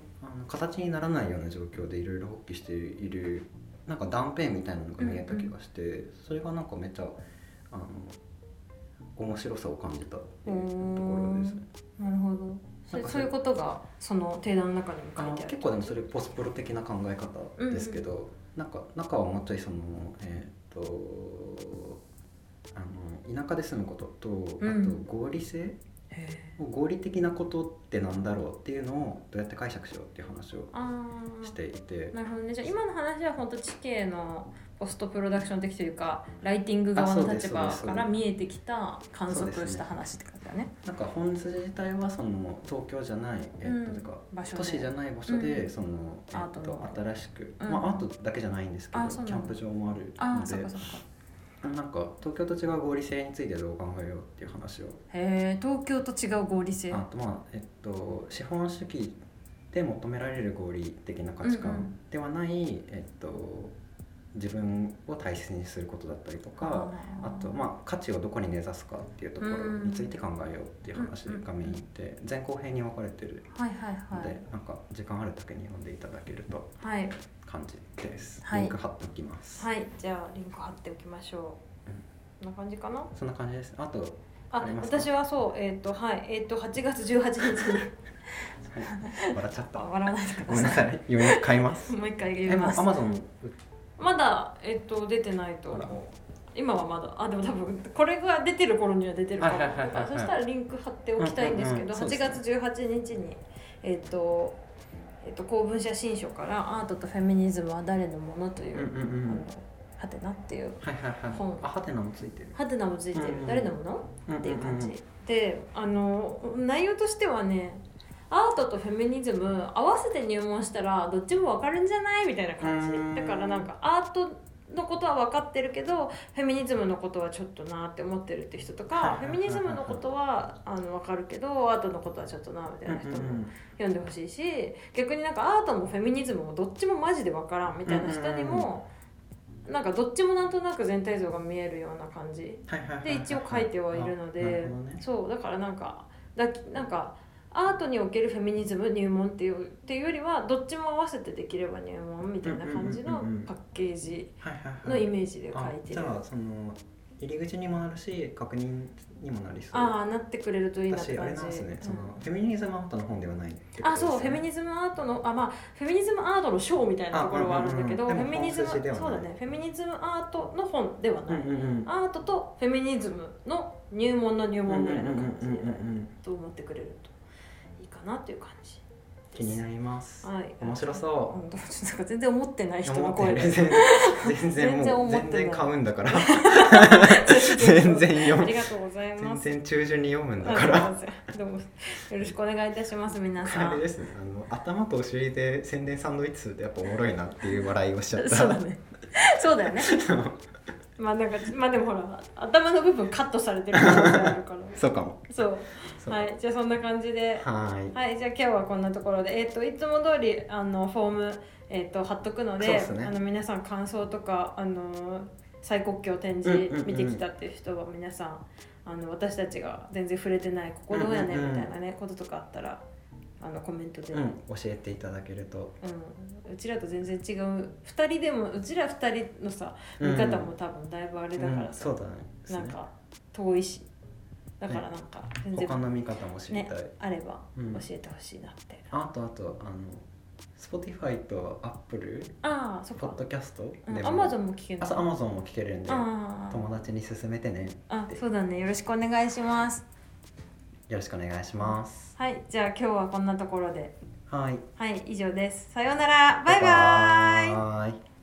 S2: 形にならないような状況でいろいろ発揮しているなんか断片みたいなのが見えた気がして、それがなんかめっちゃあの面白さを感じたっていうところですね。
S1: なるほど
S2: なん
S1: そ
S2: かそれ
S1: そういうことがその定談の中にも
S2: あ
S1: 書い
S2: の
S1: てあ
S2: 結
S1: る
S2: 構でもそれポスプロ的な考え方ですけど、なんか中はもうちょいそのえーっとあの田舎で住むこととあ
S1: うん
S2: と合理性、
S1: へえ
S2: 合理的なことってなんだろうっていうのをどうやって解釈しようっていう話を
S1: ああ
S2: していて。
S1: なるほどねじゃあ今の話は本当地形のポストプロダクション的というかライティング側
S2: あそう
S1: の
S2: です
S1: 立場
S2: そうです
S1: から見えてきた観
S2: そ
S1: 測
S2: うですね
S1: した話ってことだね。
S2: なんか本筋自体はその東京じゃない、えっと
S1: うん
S2: てか
S1: 場所で
S2: 都市じゃない場所で、
S1: うん
S2: そのえ
S1: アー
S2: っ
S1: ト
S2: と
S1: の
S2: 新しく、
S1: うん
S2: まあアートだけじゃないんですけど
S1: あそうなん
S2: キ
S1: だ
S2: ャンプ場もある
S1: あ
S2: の
S1: あそっかそ
S2: で
S1: っか。
S2: なんか東京と違う合理性についてどう考えようっていう話を
S1: へえ東京と違う合理性。
S2: あとまあえっと資本主義で求められる合理的な価値
S1: うんう
S2: 観ではない、えっと自分を大切にすることだったりとかあ
S1: ー
S2: とまあ価値をどこに根ざすかっていうところについて考えようっていう話がメインで前後編に分かれてる
S1: はいはい
S2: の
S1: は
S2: で、
S1: い。
S2: なんか時間ある時に読んでいただけると
S1: はい
S2: 感じです、
S1: はい
S2: リンク貼っておきます、
S1: はいじゃあリンク貼っておきましょう。こんな感じかな。
S2: そんな感じですあと
S1: あ
S2: ありますか
S1: 私はそうえっ、とはいえっ、と8月18日に
S2: 笑っちゃった
S1: 笑わないでく
S2: ご
S1: だ
S2: めんな
S1: さ
S2: さい読み買います
S1: い。もう一回言
S2: え
S1: い
S2: もう
S1: ま
S2: ア
S1: す。
S2: マゾン
S1: まだえっ、と出てないと思う。今はまだあでも多分これが出てる頃には出てるかも
S2: はいはいはいはい
S1: だからそしたらリンク貼っておきたいんですけ
S2: うんうんう
S1: ど
S2: んそうで
S1: 8
S2: すね
S1: 月18日にえっ、とえっと公文写真書から「アートとフェミニズムは誰のもの?」とい
S2: うんうん
S1: う「あ
S2: うん
S1: のはてな」っていう
S2: はいはいはい
S1: 本
S2: あハテナもついてる
S1: 「はてな」もついてる
S2: うんう
S1: 「
S2: ん
S1: 誰のもの?」
S2: っ
S1: っていう感じであの内容としてはねアートとフェミニズム合わせて入門したらどっちも分かるんじゃないみたいな
S2: うん
S1: 感じだからなんかアートのことは分かってるけどフェミニズムのことはちょっとなって思ってるって人と
S2: はい
S1: か
S2: は
S1: フ
S2: いはい
S1: ェミニズムのことはあの分かるけどアートのことはちょっとなみたいな人も読んでほしいし逆になんかアートもフェミニズムもどっちもマジで分からんみたいな人にもなんかどっちもなんとなく全体像が見えるような感じで一応書いてはいるので、そうだからなんかだきなんかアートにおけるフェミニズム入門っていうっていうよりはどっちも合わせてできれば入門みたいな感じの
S2: うんうんうんうんうん
S1: パッケージの
S2: の
S1: イメ
S2: メ
S1: ージで書いて
S2: じ
S1: る。
S2: ゃあその入り口にもなるし確認にもなりそう
S1: ああなってくれるといいなって
S2: 私あ
S1: 感
S2: れ
S1: じ
S2: なんですね、そ
S1: うん
S2: のフェミニズムアートの本ではないってことですよね
S1: あそうフェミニズムアートのあまあフェミニズムアートの賞みたいなところはあるんだけど、
S2: あうんうんうん
S1: フェミニズム
S2: でも本筋ではない
S1: そうだねフェミニズムアートの本では
S2: う
S1: なんい、
S2: うんうん
S1: アートとフェミニズムの入門の入門ぐらいな感じ
S2: うん
S1: で
S2: うんうんうんうん
S1: と思ってくれるといいかなっていう感じ
S2: 気になります
S1: はい、
S2: 面白
S1: う
S2: そ
S1: ん、でもちょっとなんか全然思ってない人の
S2: 思って
S1: 声
S2: る
S1: で
S2: 全
S1: す。
S2: 然全然もう
S1: 全然思ってない
S2: 全然買うんだから全
S1: 全
S2: 然
S1: あ
S2: 読
S1: り
S2: む
S1: がとうございま
S2: 全
S1: す。
S2: 然中旬に読むんだ
S1: あ
S2: か
S1: りが
S2: ら
S1: とうございます。どうもよろしくお願いいたします皆さ
S2: あれ
S1: ん。
S2: ですねあの頭とお尻で宣伝サンドイッチするとやっぱおもろいなっていう笑いをしちゃった
S1: そう
S2: <laughs>
S1: だね。そうだよね。まあなんかまあでもほら頭の部分カットされてる可能性あるから。
S2: そうかも
S1: そう。
S2: そう
S1: はいじゃあそんな感じで。
S2: はーい
S1: はい、じゃあ今日はこんなところで、えっといつも通りあのフォーム、えっと貼っとくので
S2: そうっすね
S1: あの皆さん感想とかあの最国境展示見てきたっていう人は皆さん,、あの私たちが全然触れてないここどうやね
S2: うんうんうん
S1: みたいなね、こととかあったらあのコメントで、
S2: う
S1: うんん
S2: 教えていただけると
S1: うちらと全然違う2人でもうちら2人のさ見方も多分だいぶあれだから
S2: うん
S1: さ、
S2: そうだね
S1: なんか遠いしだからなんか全然
S2: 他の見方も知り
S1: ね
S2: たい
S1: あれば
S2: うん
S1: 教えてほしいなって。
S2: あとあとあの Spotify と Apple
S1: ああそっ
S2: ポ
S1: か
S2: ッドキャスト
S1: うん
S2: で
S1: Amazon
S2: も
S1: も聞ける
S2: あそう Amazon も聞けるんで
S1: あ
S2: 友達に勧めてね
S1: ああそうだねよろしくお願いします
S2: よろしくお願いします
S1: はいじゃあ今日はこんなところで
S2: はい
S1: はい以上ですさようならバイバイ
S2: バイバイ